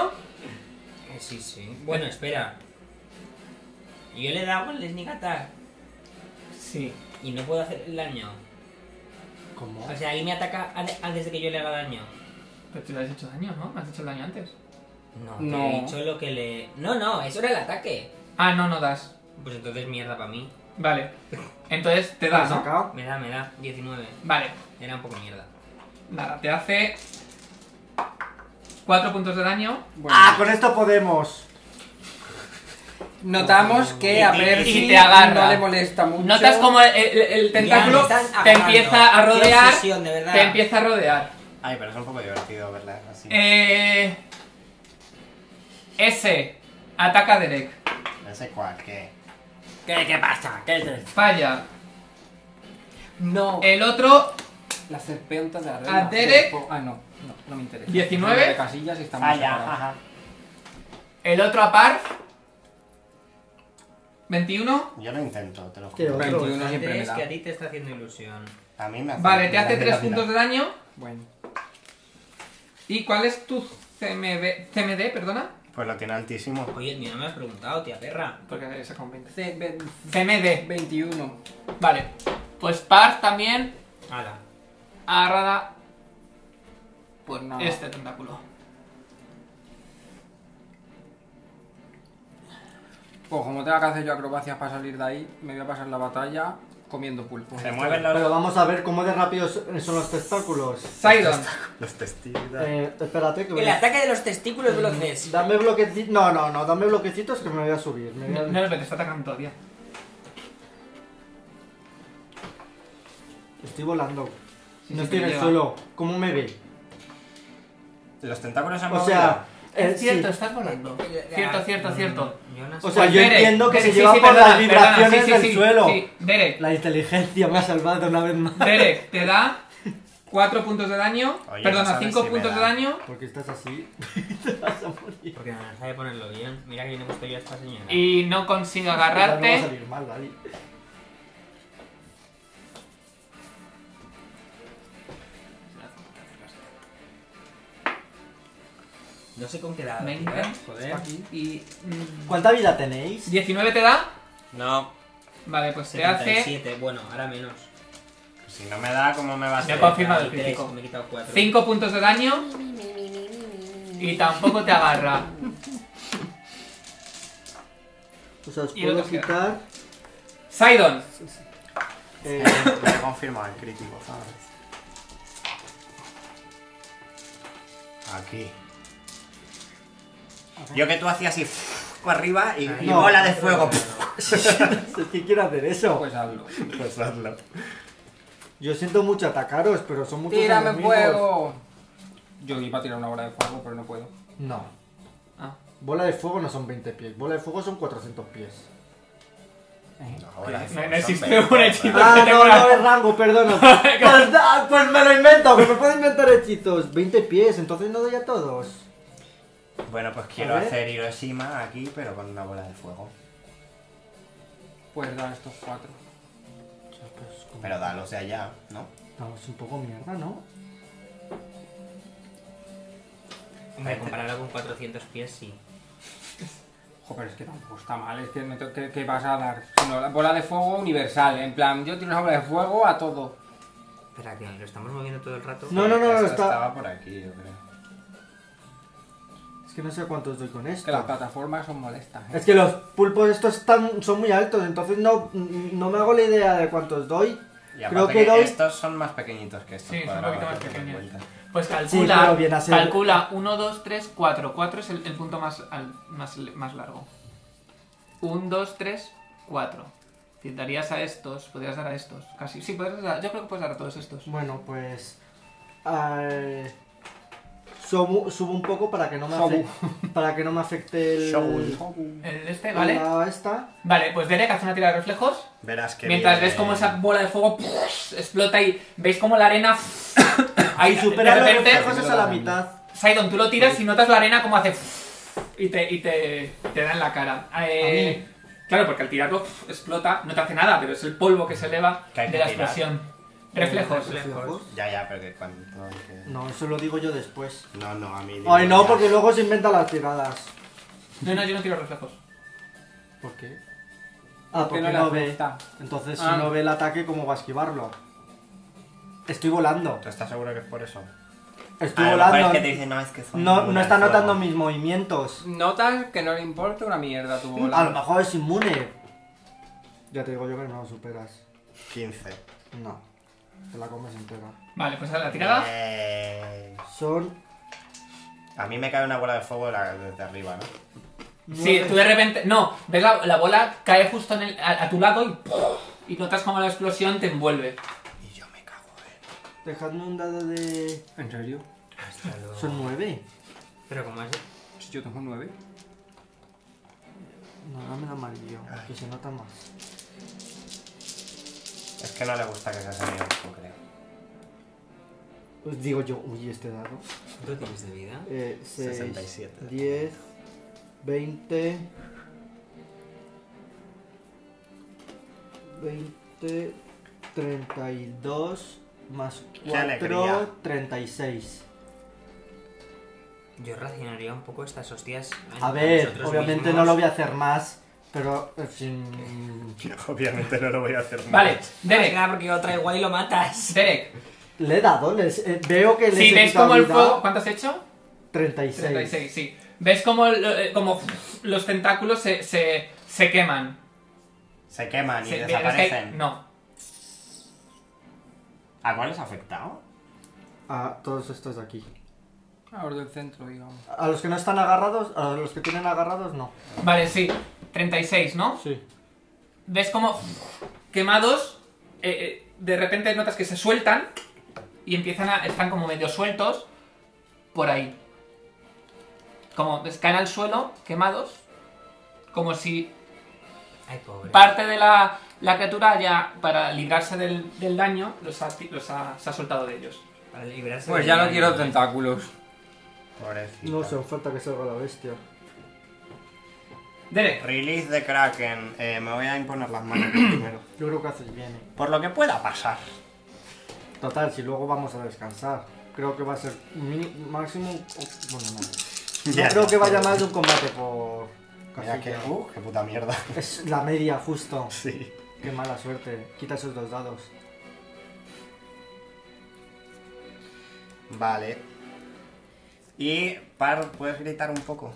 F: Eh, sí, sí. Bueno, espera. Yo le he dado el sneak attack
A: Sí.
F: y no puedo hacer el daño.
C: ¿Cómo?
F: O sea, él me ataca an- antes de que yo le haga daño.
A: Pero tú le has hecho daño, ¿no? Me has hecho el daño antes.
F: No,
E: No.
F: te he dicho lo que le... No, no, eso era el ataque.
A: Ah, no, no das.
F: Pues entonces mierda para mí.
A: Vale. Entonces te
C: Pues
A: da, ¿no?
C: sacado?
F: Me da, me da. 19.
A: Vale.
F: Era un poco mierda.
A: Nada, te hace 4 puntos de daño.
E: Bueno,
C: Ah, con esto podemos.
E: Notamos que a
A: Y- y-
E: Percy
A: y te agarra.
E: no le molesta mucho.
A: Notas como el, el- el
F: Ya me
A: tentáculo
F: están
A: te
F: agarrando.
A: empieza a
F: Qué
A: rodear.
F: obsesión, de verdad.
A: Te empieza a rodear.
B: Ay, pero es un poco divertido verla así.
A: Eh, ese ataca a Derek.
B: Ese cual, ¿qué?
E: ¿Qué, qué pasa? ¿Qué es
A: Falla.
E: No.
A: El otro
E: Eh, La serpiente de la
A: ¿A
E: reina.
A: Derek?
E: Ah, no, no, no me interesa.
A: 19.
E: De casillas y estamos
D: Falla,
E: separados.
D: ajá.
A: El otro a par. 21.
B: Yo lo intento, te lo
C: Qué
B: juro.
C: horror.
E: 21 siempre me
F: Es
E: da.
F: que a ti te está haciendo ilusión.
B: A mí me hace...
A: Vale, te
B: me
A: hace
B: da
A: 3
B: pena.
A: puntos de daño.
E: Bueno.
A: ¿Y cuál es tu CMB, CMD? Perdona.
B: Pues lo tiene altísimo.
F: Oye, mira, no me has preguntado, tía perra.
A: Porque saca un 20.
E: C- ve-
A: CMD.
E: 21.
A: Vale. Pues par también
F: Hala.
A: agarrada
E: Pues nada.
A: este tentáculo.
E: Pues como tenga que hacer yo acrobacias para salir de ahí, me voy a pasar la batalla comiendo pulpo.
D: Se mueven los...
C: Pero vamos a ver cómo de rápidos son los testáculos.
A: Sidon.
B: Los testividad.
C: Eh, espérate que voy
F: El
C: a...
F: ataque de los testículos veloces.
C: Dame bloquecitos. No, no, no, dame bloquecitos que me voy a subir. me voy
A: No,
C: a-
A: no, pero te está atacando todavía.
C: Estoy volando.
A: Sí,
C: no
A: sí,
C: estoy en
A: te
C: el
A: lleva.
C: suelo. ¿Cómo me ve?
B: Eh.
D: Los tentáculos se han
C: O
D: movido.
C: sea, eh,
A: Es cierto,
C: sí.
A: estás volando.
F: Eh, ah.
A: Cierto,
F: Mm,
A: cierto, cierto.
C: Mm. O sea,
A: Pues
C: yo
A: Bere,
C: entiendo que
A: Bere,
C: se
A: sí,
C: lleva
A: sí,
C: por
A: perdona,
C: las
A: perdona,
C: vibraciones
A: sí, sí,
C: del
A: sí,
C: suelo.
A: Sí, Derek,
C: La inteligencia me ha salvado una vez más.
A: Derek, te da 4 puntos de daño.
D: Oye, no
A: perdona,
D: sabes
A: 5
D: si me
A: puntos de
D: da.
A: daño.
C: Porque estás así. Te vas a morir.
F: Porque no sabe ponerlo bien. Mira que viene puesto yo a esta señora.
A: Y no consigo
C: No va a
A: agarrarte.
C: salir mal, Dali.
F: No sé con qué dado.
A: Venga.
F: tirar, Joder.
A: Y. mm,
C: ¿Cuánta vida tenéis?
A: 19 te da.
D: No.
A: Vale, pues te hace
F: 77, bueno, ahora menos.
B: Pues
D: Si no me da, ¿cómo me va a
A: Me
D: ser?
A: confirmo. Confirmado el
F: Tres,
A: crítico.
F: Me he quitado 4.
A: 5 puntos de daño. Y tampoco te agarra.
C: O sea, os
A: Y el
C: puedo
A: otro queda.
C: quitar.
A: Sidon,
C: eh,
B: Me Pues he confirmado el crítico, ¿sabes?
D: Aquí. Yo que tú hacías así para arriba y, y
C: No.
D: bola de fuego.
C: es que quiero hacer eso.
E: Pues hazlo.
B: Pues hazlo.
C: Yo siento mucho atacaros, pero son muchos.
E: ¡Tírame
C: enemigos.
E: fuego! Yo iba a tirar una bola de fuego, pero no puedo.
C: No.
A: Ah.
C: Bola de fuego no son 20 pies, bola de fuego son 400 pies.
D: Ahora,
A: no
D: son
A: existe
D: veinte,
A: un hechizo.
D: ¿verdad?
C: Ah,
A: que tengo
C: no,
A: la-
C: no es rango, perdona. pues, ah, pues me lo invento, que me puedo inventar hechizos. 20 pies, entonces no doy a todos.
D: Bueno, pues quiero
C: A ver.
D: hacer Hiroshima aquí, pero con una bola de fuego.
E: Pues da estos cuatro.
D: Pero da los de allá, ¿no?
C: Estamos un poco mierda, ¿no?
F: Hombre, compararlo con 400 pies, sí.
E: Ojo, pero es que tampoco está mal, es que, me to- que- que vas a dar. Sino la bola de fuego universal, en plan, yo tiro una bola de fuego a todo.
F: Espera, que lo estamos moviendo todo el rato.
C: No, no, no, no,
D: Esta
C: está.
D: Estaba por aquí, yo creo.
C: Es que no sé cuántos doy con
E: Es que las
C: esto.
E: plataformas son molestas. ¿eh?
C: Es que los pulpos estos están, son muy altos, entonces no, no me hago la idea de cuántos doy.
D: Y
C: Creo
D: aparte
C: que doy-
D: estos son más pequeñitos que estos.
A: Sí, son un
D: cuadrados,
A: poquito más
D: date
A: pequeños.
D: cuenta.
A: Pues
C: Sí,
A: calcula,
C: pero viene a ser-
A: calcula 1, 2, 3, 4. 4 es el, el punto más, al- más, le- más largo. 1, 2, 3, 4. Si darías a estos, podrías dar a estos. Casi, sí, podrías dar, yo creo que puedes dar a todos estos.
C: Bueno, pues. eh, subo, subo un poco para que no me,
E: Subo.
C: afecte, para que no me afecte el.
A: El este, ¿vale?
C: la esta.
A: Vale, pues Derek hace una tira de reflejos.
D: Verás que.
A: mientras
D: viene-
A: ves
B: eh.
A: cómo esa bola de fuego explota y veis cómo la arena. ahí
C: Si superas
A: de
C: los
A: repente,
C: reflejos es a la mitad.
A: Sidon, tú lo tiras y notas la arena como hace. Y te, y te, te da en la cara. Eh, claro, porque al tirarlo explota, no te hace nada, pero es el polvo que se eleva
D: Que hay que
A: de la
D: tirar. Eh,
A: explosión. Reflejos.
F: Reflejos.
D: Ya, ya, pero que cuando. que-
C: No, eso lo digo yo después.
D: No, no, a mí.
C: Ay,
D: digo,
C: no,
D: ya.
C: porque luego se inventan las tiradas.
A: No, no, yo no tiro reflejos.
C: ¿Por qué? Ah,
E: Que
C: porque
E: no
C: no,
E: le
C: ve.
E: afecta.
C: Entonces,
E: Ah.
C: si no ve el ataque, ¿cómo va a esquivarlo? Estoy volando.
D: ¿Tú estás seguro que es por eso? Ah,
C: Estoy
D: A Ah, lo mejor
C: volando.
D: es que te dicen, no, es que son
C: No,
D: bolas
C: no está
D: de fuego.
C: notando mis movimientos.
E: Notas que no le importa una mierda tu bola.
C: Mm, A lo mejor es inmune. Ya te digo yo que no lo superas.
D: 15.
C: No. Te la comes entera.
A: Vale, pues haz la
C: ¿Ah?
A: tirada.
D: Eh,
C: Son.
D: A mí me cae una bola de fuego de la- desde arriba, ¿no?
A: Sí, tú de repente. No, ves la, la bola cae justo en el- a, a tu lado y. Y notas como la explosión te envuelve.
D: Y yo me cago, eh.
C: Dejadme un dado de.
E: ¿En serio?
F: Hasta luego.
C: Son nueve.
F: Pero como es.
E: Si yo tengo nueve.
C: No, dame el amarillo, que se nota más.
D: Es que no le gusta que se hace miedo, yo creo.
C: Pues digo yo, uy, este dado.
F: ¿Cuánto tienes de vida?
C: Eh, seis,
D: 67.
C: 10, 20. 20, 32, más
D: Qué
C: 4,
D: alegría.
C: 36.
F: Yo racionaría un poco estas hostias.
C: A ver, obviamente no lo voy a hacer más, pero eh, sin...
D: Obviamente no lo voy a hacer más.
A: Vale,
F: Derek.
A: Derek.
F: porque otra igual y lo matas.
A: Derek,
C: Le he dado, les, eh, veo que les
A: si
C: he
A: ves
C: quitado
A: como el
C: vida.
A: fuego. ¿Cuánto has hecho?
C: 36.
A: 36, sí. ¿Ves como, eh, como los tentáculos se, se, se queman?
D: Se queman y
A: Se- ves que hay-
D: desaparecen.
A: no.
D: ¿A cuál les ha afectado?
C: a todos estos de aquí.
E: A los del centro, digamos.
C: A los que no están agarrados, a los que tienen agarrados, no.
A: Vale, sí. 36, ¿no?
C: Sí.
A: ves como quemados, eh, eh, de repente notas que se sueltan y empiezan a, están como medio sueltos por ahí. Como pues, caen al suelo, quemados, como si
F: Ay, pobre.
A: parte de la, la criatura ya, para librarse del, del daño, los ha, ti- los ha- se ha soltado de ellos.
F: Para librarse
E: Pues
F: de-
E: ya no quiero tentáculos.
D: Pobrecito.
C: No hace falta que salga la bestia.
A: Derek,
D: Release de Kraken. Eh, me voy a imponer las manos primero.
C: Yo creo que haces bien. ¿eh?
D: Por lo que pueda pasar.
C: Total, si luego vamos a descansar. Creo que va a ser mini- máximo. o- Bueno, no. No creo que vaya más de un combate por.
B: Mira que.
C: casilla.
B: Uh, qué puta mierda.
C: Es la media, justo.
B: Sí.
C: Qué mala suerte. Quita esos dos dados.
B: Vale.
D: Y, Par, ¿puedes gritar un poco?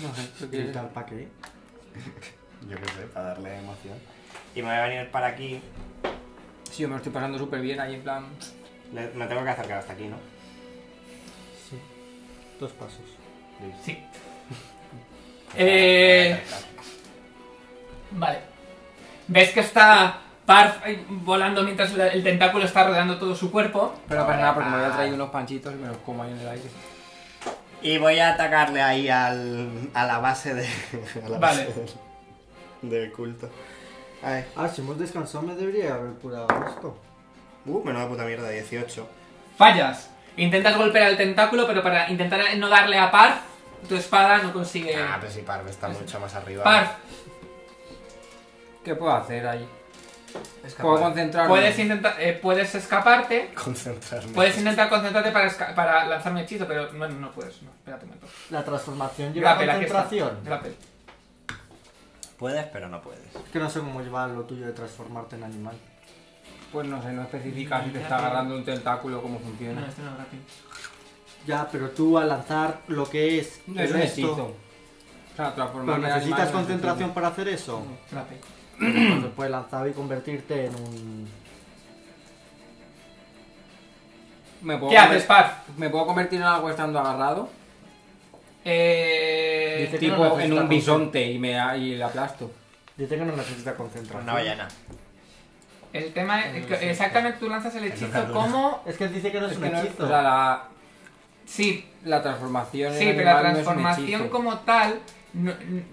E: No sé, ¿qué
C: Gritar pa' qué.
B: Yo qué sé, para darle emoción.
D: Y me voy a venir para aquí.
E: Sí, yo me lo estoy pasando súper bien ahí, en plan.
D: Le- me tengo que acercar hasta aquí, ¿no?
C: Sí. Dos pasos.
A: sí. Eh,
D: Me voy a acercar.
A: Vale. ¿Ves que está Parf eh, volando mientras la- el tentáculo está rodeando todo su cuerpo?
E: Pero para nada, porque me
C: ah.
E: había traído unos panchitos y me los como ahí en el aire.
D: Y voy a atacarle ahí al, a la base de.
B: A la
A: Vale.
B: base del- Del culto. Ay.
C: Ah, si hemos descansado me debería haber curado esto.
B: Uh, menuda puta mierda, 18.
A: Fallas. Intentas golpear al tentáculo, pero para intentar no darle a Parf, tu espada no consigue.
B: Ah, pero si Parve está mucho más arriba.
A: Parf,
E: ¿Qué puedo hacer ahí?
F: Escapar.
E: Puedo concentrarme.
A: puedes, intentar, eh, puedes escaparte.
B: Concentrarme.
A: Puedes intentar concentrarte para, esca- para lanzar un hechizo, pero no, no puedes. No, espérate un momento.
C: La transformación lleva
A: Grapple, aquí está.
C: concentración.
A: Grapple.
D: Puedes, pero no puedes.
C: Es que no sé cómo llevar lo tuyo de transformarte en animal.
E: Pues no sé, no especifica si te está agarrando un tentáculo, cómo
A: No,
E: funciona.
A: este no es grapple.
C: Ya, pero tú al lanzar lo que es el
E: Es un
C: resto-
E: hechizo. O sea,
C: Pero
E: transformarme en
C: necesitas
E: animal no es
C: concentración para hacer eso.
A: Grapple.
C: Entonces puedes lanzar y convertirte en un.
E: hechizo. ¿Me
B: Oh,
E: puedo,
A: ¿Qué haces, Parf?
E: ¿Me puedo convertir en algo estando agarrado?
A: Eh,
C: Dice- que no
E: tipo
C: necesita
E: en un
C: concentración.
E: bisonte y me y le aplasto.
C: Dice que no necesita
D: Pero
C: concentración.
D: Una ballena.
A: el tema es que exactamente tú lanzas el hechizo como.
C: Es que dice que no es,
E: Es
C: un
E: que no-
C: hechizo.
E: o sea, la,
A: Sí,
E: la transformación en
A: Sí, pero la
E: animal no es un
A: transformación
E: hechizo.
A: como tal no- n-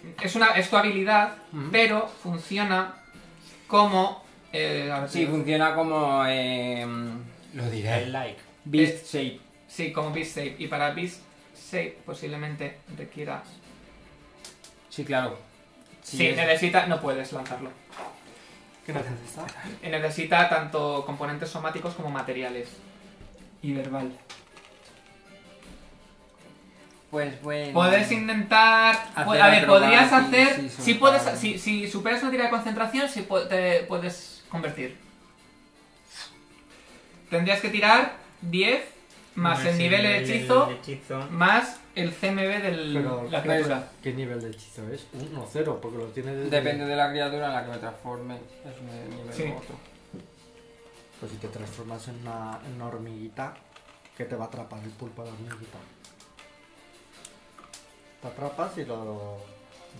A: mm, es, una, es tu habilidad, pero funciona como... eh, a ver
E: Sí,
A: si-
E: funciona como... eh, lo
D: El
E: diré.
D: like.
E: Beast Shape.
A: sí, como Beast Save. Y para Beast Save posiblemente requieras...
E: Sí, claro.
A: Sí,
E: es-
A: necesita... No puedes lanzarlo.
C: ¿Qué necesita?
A: Eh, Necesita tanto componentes somáticos como materiales. Y verbal.
E: Pues bueno.
A: Puedes intentar...
E: Hacer
A: pu- a ver, podrías
E: acrobacias,
A: hacer...
E: sí,
A: si, puedes,
E: soltar.
A: si, si superas una tira de concentración, si pu- te puedes convertir. Tendrías que tirar 10 más el nivel del hechizo,
F: El hechizo.
A: más el CMB de
C: Pero-
A: la criatura.
C: ¿Qué nivel de hechizo es? Uno o cero, porque lo tiene desde-
E: Depende de la criatura en la que me transforme. Es un nivel
A: Sí.
E: u otro.
C: Pues si te transformas en una, en una hormiguita, que te va a atrapar el pulpo de la hormiguita. Te atrapas y lo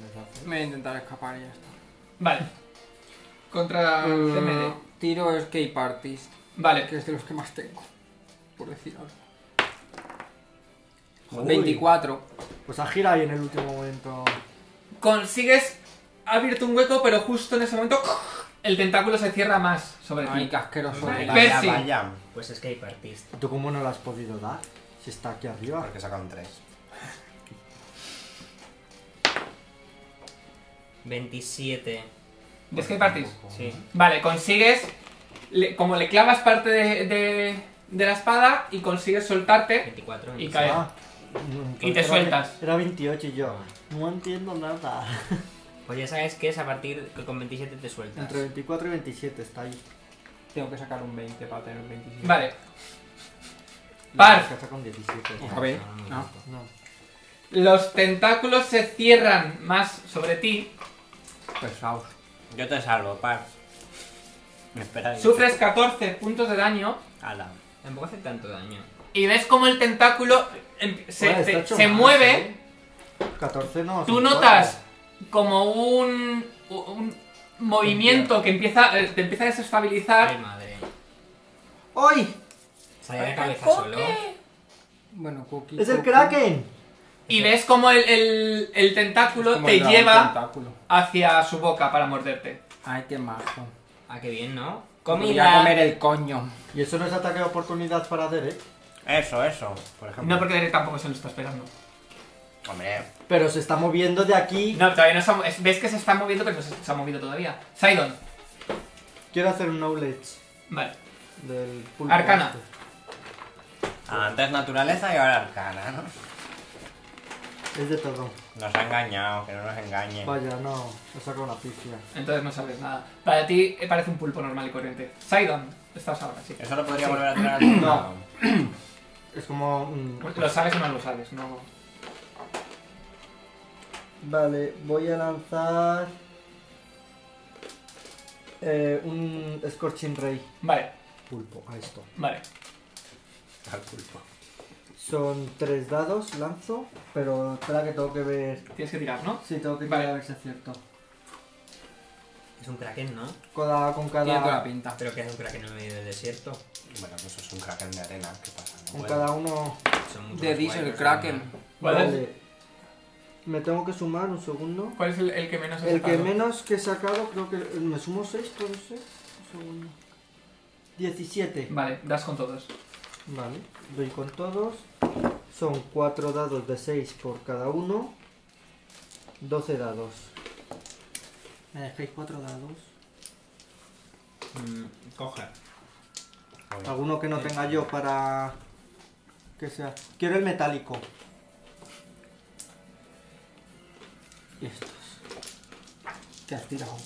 C: deshaces.
E: Me voy a intentar escapar y ya está.
A: Vale. Contra el CMD.
E: Mm, Tiro Escape Artist,
A: Vale.
E: que es de los que más tengo. Por decir algo.
C: Uy.
E: 24.
C: Pues a gira ahí en el último momento.
A: Consigues abrirte un hueco, pero justo en ese momento el tentáculo se cierra más sobre
E: Ay,
A: ti.
E: qué asqueroso.
F: Vale.
D: Vaya,
A: Percy.
D: vaya.
F: Pues escape artist.
C: ¿Tú cómo no lo has podido dar? Si está aquí arriba.
B: Porque saca un 3.
F: 27.
A: ¿Ves que partís?
F: Sí.
A: Vale, consigues... le- como le clavas parte de, de- de la espada y consigues soltarte
F: 24.
A: y
F: 26.
A: caer.
C: Ah, mm,
A: Y te
C: era-
A: sueltas.
C: Era 28 y yo. No entiendo nada.
F: Pues ya sabes que es a partir que con 27 te sueltas.
C: Entre 24 y 27 está ahí.
E: Tengo que sacar un 20 para tener un 25.
A: Vale.
C: Par.
A: Parf.
C: con 17.
E: A ver.
F: No, no,
E: no.
F: no.
C: No.
A: Los tentáculos se cierran más sobre ti.
E: Pesados.
D: Yo te salvo, Par. Espera ahí.
A: Sufres 14 puntos de daño
D: Ala.
F: Tampoco hace tanto daño.
A: y ves como el tentáculo em- se,
C: Joder,
A: te-
C: está hecho
A: se
C: mal,
A: mueve.
C: ¿eh? 14 no.
A: Tú
C: son
A: notas como un, un movimiento que empieza, eh, te empieza a
F: Ay,
A: desestabilizar.
F: madre.
C: cuatro. ¡Ay!
F: Sale de cabeza solo.
E: Bueno, Cookie.
C: ¡Es el
E: Cookie.
C: Kraken!
A: Y ves como el, el- el tentáculo
E: Como
A: te
E: el dragón
A: lleva
E: tentáculo.
A: hacia su boca para morderte.
E: Ay, qué majo.
F: Ah, qué bien, ¿no?
E: Voy a
F: Comida.
E: comer el coño.
C: Y eso no es ataque de oportunidad para ¿eh? Derek.
D: Eso, eso. Por ejemplo.
A: No porque Derek tampoco se lo está esperando.
D: Hombre.
C: Pero se está moviendo de aquí.
A: No, todavía no se ha mo- es- Ves que se está moviendo, pero no se, se ha movido todavía. Sidon.
C: Quiero hacer un knowledge
A: Vale.
C: del pulpo.
A: Arcana.
D: Antes naturaleza y ahora arcana, ¿no?
C: este. Es de todo.
D: Nos ha engañado, que no nos engañe.
C: Vaya, no. He sacado una pifia.
A: Entonces no sabes nada. Para ti eh, parece un pulpo normal y corriente. Sidon, estás ahora, sí.
D: Eso lo podría volver a tirar al
C: No. Es como. un-
A: Lo sabes o no lo sabes, no.
C: Vale, voy a lanzar. eh, un Scorching Ray
A: Vale,
C: pulpo a esto.
A: vale.
D: Al pulpo.
C: Son tres dados, lanzo, pero espera que tengo que ver.
A: Tienes que tirar, ¿no?
C: Sí, tengo que
A: Vale.
C: tirar a ver si acierto.
F: Es un kraken, ¿no?
C: Cada, con
E: Tiene toda la
C: cada,
E: pinta.
F: Pero que es un kraken en medio del desierto.
D: Bueno, pues eso es un kraken de arena. ¿Qué pasa? No
C: con
D: puedo.
C: cada uno.
F: Son mucho
E: De
F: más
E: Diesel,
F: guayos,
E: Kraken.
F: ¿no?
A: ¿Cuál es?
C: Vale. Me tengo que sumar un segundo.
A: ¿Cuál es el, el que menos has
C: El que
A: sacado?
C: menos que he sacado, creo que. eh, ¿Me sumo 6? Puede ser. Un segundo. 17.
A: Vale, das con todos.
C: Vale, doy con todos. Son 4 dados de 6 por cada uno. 12 dados. ¿Me dejáis 4 dados?
F: Mm, coge.
C: Alguno que no tenga yo para. que sea. Quiero el metálico. Y estos.
E: ¿Qué has tirado?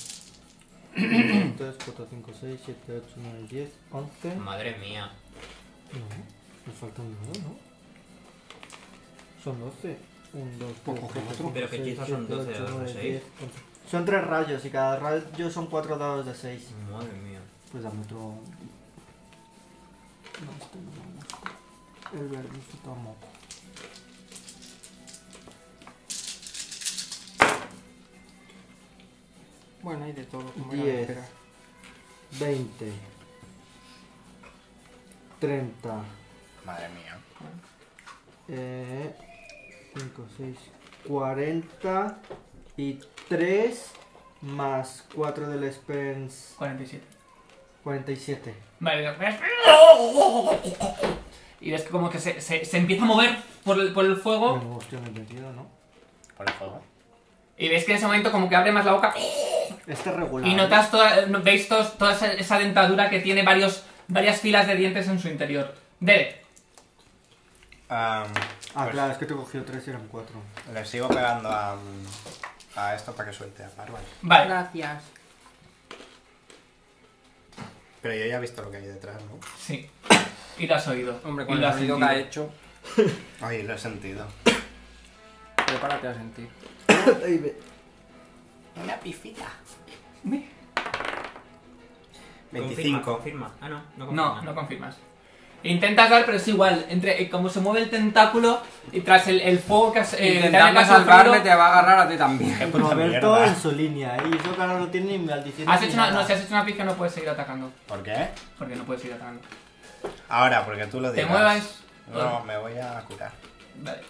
C: 3, 4, 5, 6, 7, 8, 9, 10, 11.
F: Madre mía.
C: No, me falta un dado, ¿no? Son 12. 1, 2, 3,
E: Pues coge
C: 4,
E: otro.
C: 5,
F: Pero que
C: 6,
F: quizás son
C: 7,
F: 12
C: 8,
F: dados de
C: 9,
F: seis.
C: 10, 11. Son 3 rayos y cada rayo son 4 dados de 6.
F: Madre mía.
C: Pues dame otro. No, este no me gusta. El verde este se toma.
E: Bueno, hay de todo. como era de
C: Diez.
E: esperar.
C: 20. 30.
D: Madre mía.
C: Eh, 5, 6, 40 y 3 más 4 del Spence
A: 47.
C: 47.
A: Vale, ves- Y ves que como que se, se- se empieza a mover por el, por el fuego.
C: Me gusta, me he metido, ¿no?
D: Por el fuego.
A: Y ves que en ese momento como que abre más la boca.
C: Este es regular.
A: Y notas toda, no- veis tos- toda esa- esa dentadura que tiene varios, varias filas de dientes en su interior. Derek,
D: Am,
C: Ah,
D: pues
C: claro, es que te he cogido 3 y eran 4.
D: Le sigo pegando a, a esto para que suelte a Parval.
A: vale.
E: Gracias.
D: Pero yo ya he visto lo que hay detrás, ¿no?
A: Sí. Y lo has oído.
E: Hombre,
A: y
E: con
A: lo
E: el
A: has
E: ruido que
A: sentido.
E: ha hecho,
D: Ay, lo he sentido.
E: prepárate a sentir.
D: Una pifita.
A: Uy.
D: 25.
F: Confirma, confirma. Ah, no, no confirma.
A: No, no confirmas. Intentas dar, pero es igual. Entre eh, como se mueve el tentáculo y tras el, el fuego que has, eh, que te han
E: Intentando
A: pasado
E: salvarme,
A: frío,
E: te va a agarrar a ti también.
D: Qué puta
C: Roberto
D: mierda.
C: en su línea, ¿eh? Y eso que ahora no tiene ni maldiciendo.
A: Has
C: ni
A: hecho una,
C: nada.
A: no, si has hecho una pizca no puedes seguir atacando.
D: ¿Por qué?
A: Porque no puedes seguir atacando.
D: Ahora, porque tú lo
A: Te
D: digas.
A: muevas.
D: No, me voy a curar.
A: Vale.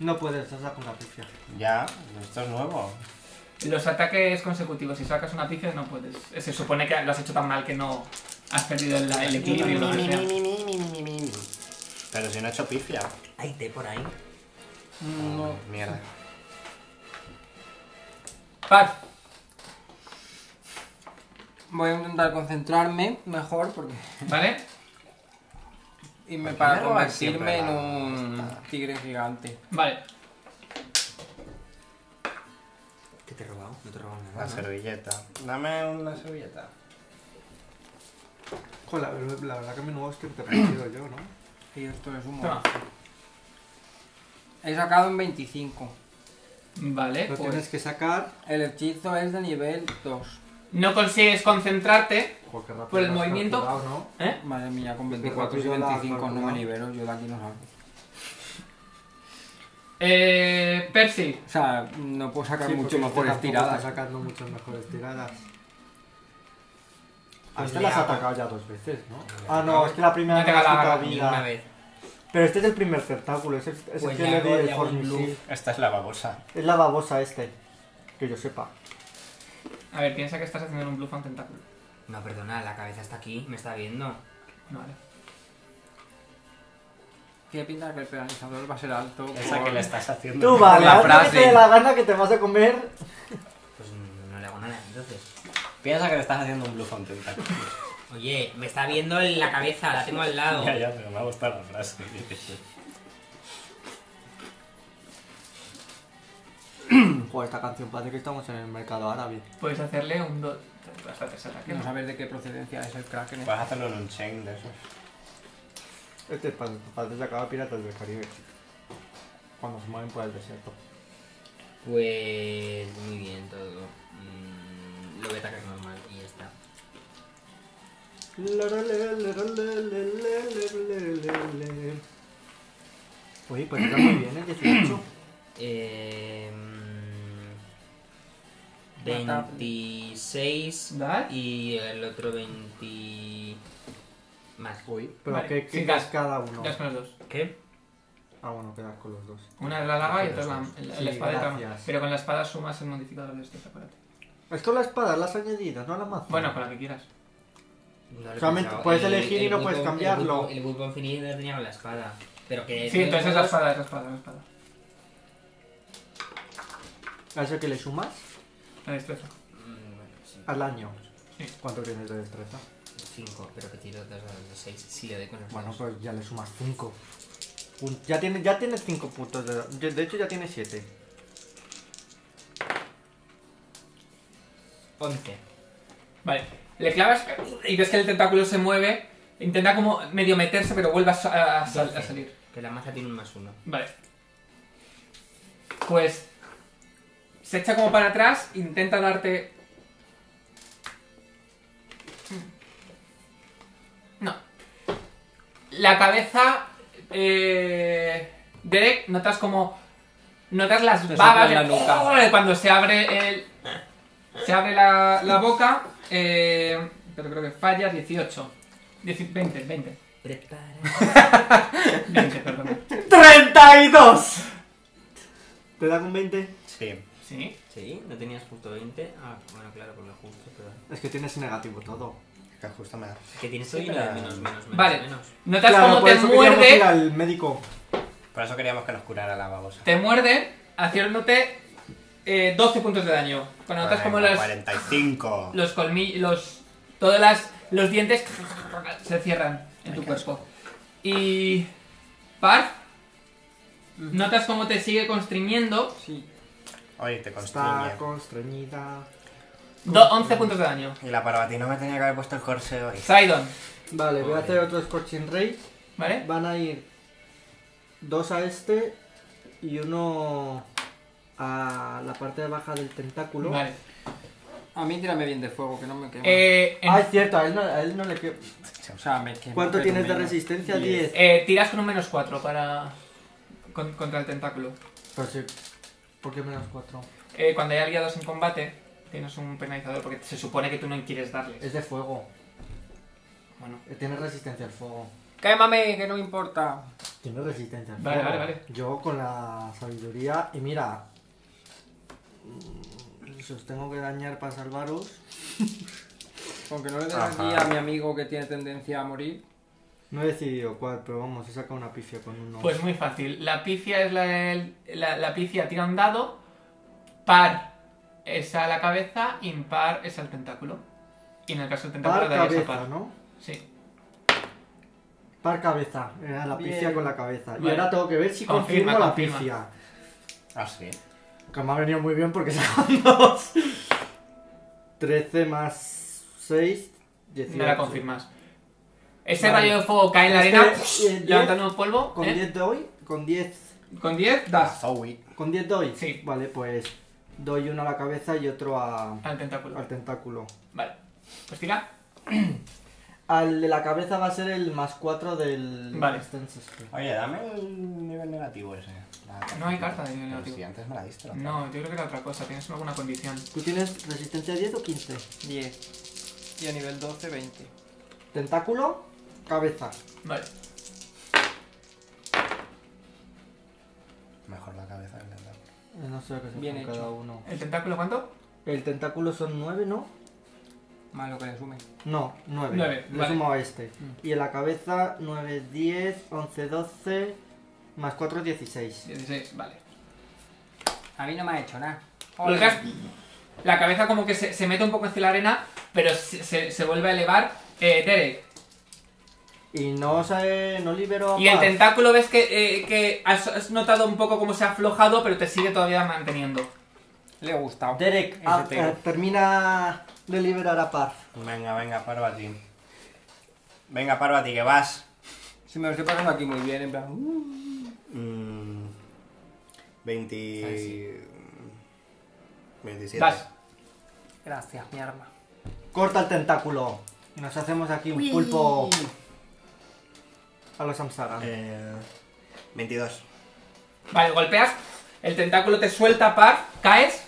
C: No puedes, has sacado una pifia.
D: Ya, esto es nuevo.
A: Los ataques consecutivos, si sacas una pizca no puedes. Eh, Se supone que lo has hecho tan mal que no has perdido el, el equilibrio. lo que sea.
D: Pero si no he hecho pifia.
F: Hay té por ahí.
D: No. Mierda.
A: Paz,
E: Voy a intentar concentrarme mejor porque.
A: ¿vale?
E: Y me
D: Porque
E: para
D: luego hay siempre
E: convertirme en
D: la-
E: un tigre gigante.
A: Vale.
F: ¿Qué te he robado? No te he robado nada.
D: La servilleta. Dame una servilleta.
C: Joder, la, la verdad que menudo es que te he perdido yo, ¿no?
E: Y esto
D: Ah.
E: es un
A: Toma.
E: monstruo. He sacado un 25.
A: Vale,
C: Lo
A: pues.
C: tienes que sacar.
E: El hechizo es de nivel 2.
A: No consigues concentrarte.
E: Joder, qué rápido
A: Por el
E: lo has
A: movimiento.
E: calculado, ¿no?
A: ¿Eh?
E: Madre mía, con 24 y
C: Yo la
E: 25 no me
C: calculado.
E: libero, yo de aquí no salgo.
A: Eh, Percy,
E: O sea, no puedo sacar
C: Sí,
E: mucho
C: porque este
E: mejores
C: tampoco
E: tiradas.
C: Está sacando muchas mejores tiradas. A
E: Pues
C: este
E: le
C: le has
E: hago.
C: atacado ya dos veces, ¿no? Ah, no, es que la primera
A: No te
C: no has
A: calaba
C: quitado
A: ni
F: Ni
C: vida.
F: una vez.
C: Pero este es el primer certáculo, es el, es el
F: Pues
C: que
F: le
C: le
F: hago-
C: di el
F: le hago un
C: formisil.
F: bluff.
D: Esta es la babosa.
C: Es la babosa este, que yo sepa.
A: a ver, piensa que estás haciendo un bluff a un tentáculo.
F: No, perdona, la cabeza está aquí, me está viendo.
A: Vale.
E: Tiene pinta que el penalizador va a ser alto.
D: Esa
E: por-
D: que le estás haciendo.
C: Tú vale,
E: la
C: haz lo que
E: frase.
C: te dé la gana que te vas a comer.
F: Pues mm, no le hago nada, entonces.
D: Piensa que le estás haciendo un bluff a un tentáculo.
F: Oye, me está viendo en la cabeza, la tengo al lado.
D: ya, ya, pero me ha gustado la frase.
C: Joder, esta canción parece que estamos en el mercado árabe.
A: Puedes hacerle un dot hasta tres ataques.
E: No saber de qué procedencia es el este Kraken.
D: Puedes hacerlo en un chain de esos.
C: Este es para, para sacar a piratas del Caribe. Cuando se mueven por el desierto.
F: Pues muy bien todo. Mm, lo voy a atacar normal y ya está.
C: Oye, pues está muy bien el 18.
F: Eh, mm,
E: Mata-
F: 26
A: ¿Vale?
F: y el otro 20 más.
C: Uy, pero
A: Vale,
C: que
A: sin
C: quedas
A: gas.
C: cada uno.
A: Das con los dos.
F: ¿Qué?
C: Ah, bueno, quedas con los dos.
A: Una es la daga y otra es la,
C: Sí,
A: la- la espada de tramo.
C: gracias.
A: Pero con la espada sumas el modificador de este, acuérdate.
C: Es con la espada, la has añadido, no la mazo.
A: Bueno, con la que quieras.
F: No lo he
C: Solamente
F: pensado.
C: puedes elegir y no puedes
F: Weapon-
C: cambiarlo.
F: El Weapon- el Weapon Finisher lo tenía con la espada. Pero que
A: Sí, entonces es la espada, es la espada, es la espada.
C: ¿A eso que le sumas?
A: La destreza.
F: Mm, bueno, sí.
C: Al año.
A: Sí.
C: ¿Cuánto tienes de destreza?
F: 5, pero que tiro 2 dados de 6. Sí, le doy con el
C: Bueno, pues ya le sumas 5. Ya tienes ya tienes 5 puntos de, de- de hecho ya tienes 7.
F: 11.
A: Vale. Le clavas y ves que el tentáculo se mueve. Intenta como medio meterse, pero vuelve a, sa- a sal- a salir.
F: Que la maza tiene un más 1.
A: Vale. Pues se echa como para atrás, intenta darte... No. La cabeza... Eh, Derek, notas como... Notas las
E: Te sopla
A: babas
E: en la
A: de- ¡Oh!
E: nuca.
A: cuando se abre el... Se abre la, la boca, eh, pero creo que falla 18. 10, 20, 20.
F: Prepara.
A: 20, perdón.
C: ¡32! ¿Te da con 20?
D: Sí.
A: ¿Sí?
F: Sí, no tenías justo 20. Ah, bueno, claro, por lo justo, pero.
C: Es que tienes negativo todo.
B: Que justo me da.
F: Que tienes
D: Sí,
F: sí,
D: pero-
F: menos, menos, menos.
A: Vale.
F: menos.
A: Notas como
C: por
A: te
C: eso queríamos
A: muerde.
C: ir al médico.
D: Por eso queríamos que nos curara la babosa.
A: Te muerde haciéndote eh, 12 puntos de daño. Cuando notas
D: Venga,
A: como los,
D: 45.
A: los colmillos, los, todas las, los dientes se cierran en tu
D: Ay, qué
A: cuerpo. Y Parth,
D: Mm.
A: notas como te sigue constriñendo
E: Sí.
D: Oye, te
C: Está
D: constriñe.
C: constreñida.
A: do- 11 puntos de daño.
D: Mm. Y la parvatina me tenía que haber puesto el corsé hoy.
A: Sidon,
C: Vale, voy a hacer otro Scorching Ray.
A: ¿vale?
C: Van a ir dos a este y uno a la parte baja del tentáculo.
A: Vale.
E: A mí tírame bien de fuego, que no me quemo.
A: Eh, en-
C: Ah, es cierto, a él no, a él no le queda.
E: o sea, me quemo.
C: ¿Cuánto
E: pero
C: tienes de
E: menos.
C: resistencia?
E: Diez.
C: 10.
A: eh, tiras con un menos 4 para. con- contra el tentáculo.
C: Pues sí. ¿Por qué menos 4?
A: Eh, cuando hay aliados en combate, tienes un penalizador porque se supone que tú no quieres darles.
C: Es de fuego.
A: Bueno.
C: Eh, Tiene resistencia al fuego.
E: Quémame, que no importa.
C: Tiene resistencia al
A: Vale,
C: fuego.
A: vale, vale.
C: Yo con la sabiduría. Y mira. mm, Si os tengo que dañar para salvaros.
E: Aunque no le des
D: Ajá.
E: aquí a mi amigo que tiene tendencia a morir.
C: No he decidido cuál, pero vamos, he sacado una pifia con uno.
A: Pues muy fácil. La pifia es la, el- la, la pifia tira un dado, par es a la cabeza, impar es al tentáculo. Y en el caso del tentáculo
C: par
A: darías a
C: cabeza,
A: par.
C: ¿no?
A: Sí.
C: Par cabeza. Era la
E: Bien.
C: pifia con la cabeza. Y
A: Vale.
C: ahora tengo que ver si
A: Confirma,
C: confirmo la
A: confirma.
C: pifia.
D: Ah, sí.
C: Que me ha venido muy bien porque sacan dos. 13 más 6, 18.
A: No la confirmas. Ese
C: Vale.
A: rayo de fuego cae en la
C: Este,
A: arena,
C: eh, diez.
A: levantando un polvo.
C: Con
A: ¿eh?
C: 10 doy, con 10.
A: Con 10
D: Ah,
A: das.
D: Zoe.
C: Con 10 doy.
A: Sí. Ah.
C: Vale, pues Doy uno a la cabeza y otro a-
A: Al tentáculo.
C: al tentáculo.
A: Vale. Pues tira.
C: Al de la cabeza va a ser el más 4 del... este.
A: Vale.
C: Resistance Skill.
B: Oye, dame el nivel negativo ese. la
A: No hay carta de nivel
B: Pero
A: negativo.
B: Si antes me la diste. la
A: No, yo creo que era otra cosa. Tienes alguna condición.
C: ¿Tú tienes resistencia 10 o 15?
G: 10. Y a nivel 12, 20.
C: Tentáculo, cabeza.
A: Vale.
B: carta. Mejor la cabeza que el tentáculo.
C: Eh, No sé qué se
G: Bien
C: pone
G: hecho.
C: cada uno.
A: ¿El tentáculo cuánto?
C: El tentáculo son 9, ¿no?
E: Más lo que le sume.
C: No, 9.
A: Nueve,
C: Le
A: vale.
C: sumo a este.
A: Mm.
C: Y en la cabeza 9, 10, 11, 12, más 4, 16.
A: 16, vale.
E: A mí no me ha hecho nada.
A: Lo dejas- la cabeza como que se, se mete un poco hacia la arena, pero se, se- se vuelve a elevar. Eh, Derek.
C: Y no, se, no libero a
A: Y el
C: Paz.
A: tentáculo ves que, eh, que has, has notado un poco cómo se ha aflojado, pero te sigue todavía manteniendo.
E: Le he gustado.
C: Derek,
E: Ese
C: ah,
E: tiro.
C: eh, termina de liberar a Paz.
B: Venga, venga, Parvati. Venga, Parvati, que vas.
E: Si me lo estoy pasando aquí muy bien, en plan. uh,
B: Mm, 20... 27.
A: Vas.
E: gracias, mi arma.
C: Corta el tentáculo. Y nos hacemos aquí un pulpo a los Samsara.
B: Eh, 22.
A: Vale, golpeas. El tentáculo te suelta par, caes.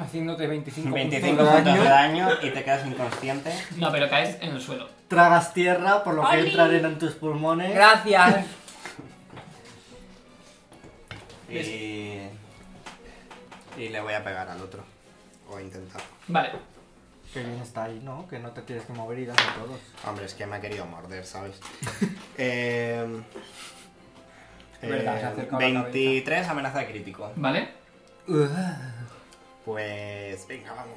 E: Haciéndote 25
B: 25
E: puntos de
B: puntos
E: daño.
B: de daño y te quedas inconsciente.
A: No, pero caes en el suelo.
C: Tragas tierra, por lo que
G: ¡Oli!
C: entra arena en tus pulmones.
G: Gracias.
B: Y... Y le voy a pegar al otro. O intentar.
A: Vale.
C: Que bien está ahí, ¿no? Que no te tienes que mover y das a todos.
B: Hombre, es que me ha querido morder, ¿sabes? eh,
E: Es verdad, se ha acercado la
B: 23, amenaza de crítico.
A: Vale.
B: Pues... Venga, vamos.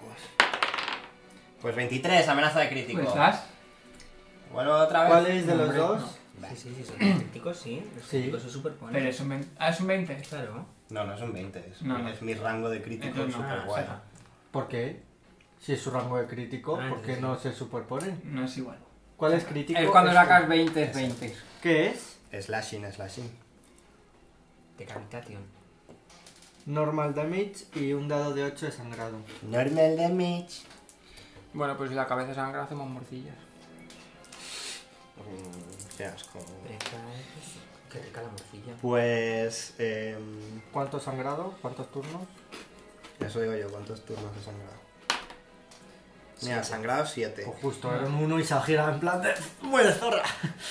B: Pues 23, amenaza de crítico.
A: Pues das.
B: Vuelvo otra vez.
C: ¿Cuál es de los
F: Hombre,
C: dos?
F: Sí, sí, sí, son críticos, sí. Los
C: Sí.
F: críticos se superponen.
A: Pero es un, vein- ah, es un 20.
F: Claro.
B: No, no son 20. Es,
A: No, no.
B: es mi rango de crítico
A: Entonces no.
B: super
F: Ah,
B: guay.
F: o sea.
C: ¿Por qué? Si es su rango de crítico,
F: Ah,
C: ¿por qué
F: sí.
C: no se superponen?
A: No es igual.
C: ¿Cuál es crítico?
E: Es cuando
C: Es-
E: sacas 20, es 20.
C: ¿Qué es?
B: Slashing, slashing.
F: Decapitación.
C: Normal damage y un dado de 8 de sangrado.
B: Normal damage.
E: Bueno, pues si la cabeza sangra, hacemos morcillas.
B: Mm, qué asco.
F: Que rica la morcilla.
B: Pues... em,
C: ¿Cuánto sangrado? ¿Cuántos turnos?
B: eso digo yo, ¿cuántos turnos he sangrado? Mira, sangrado 7.
C: Pues justo, era un 1 y se gira en plan de... ¡Muere zorra!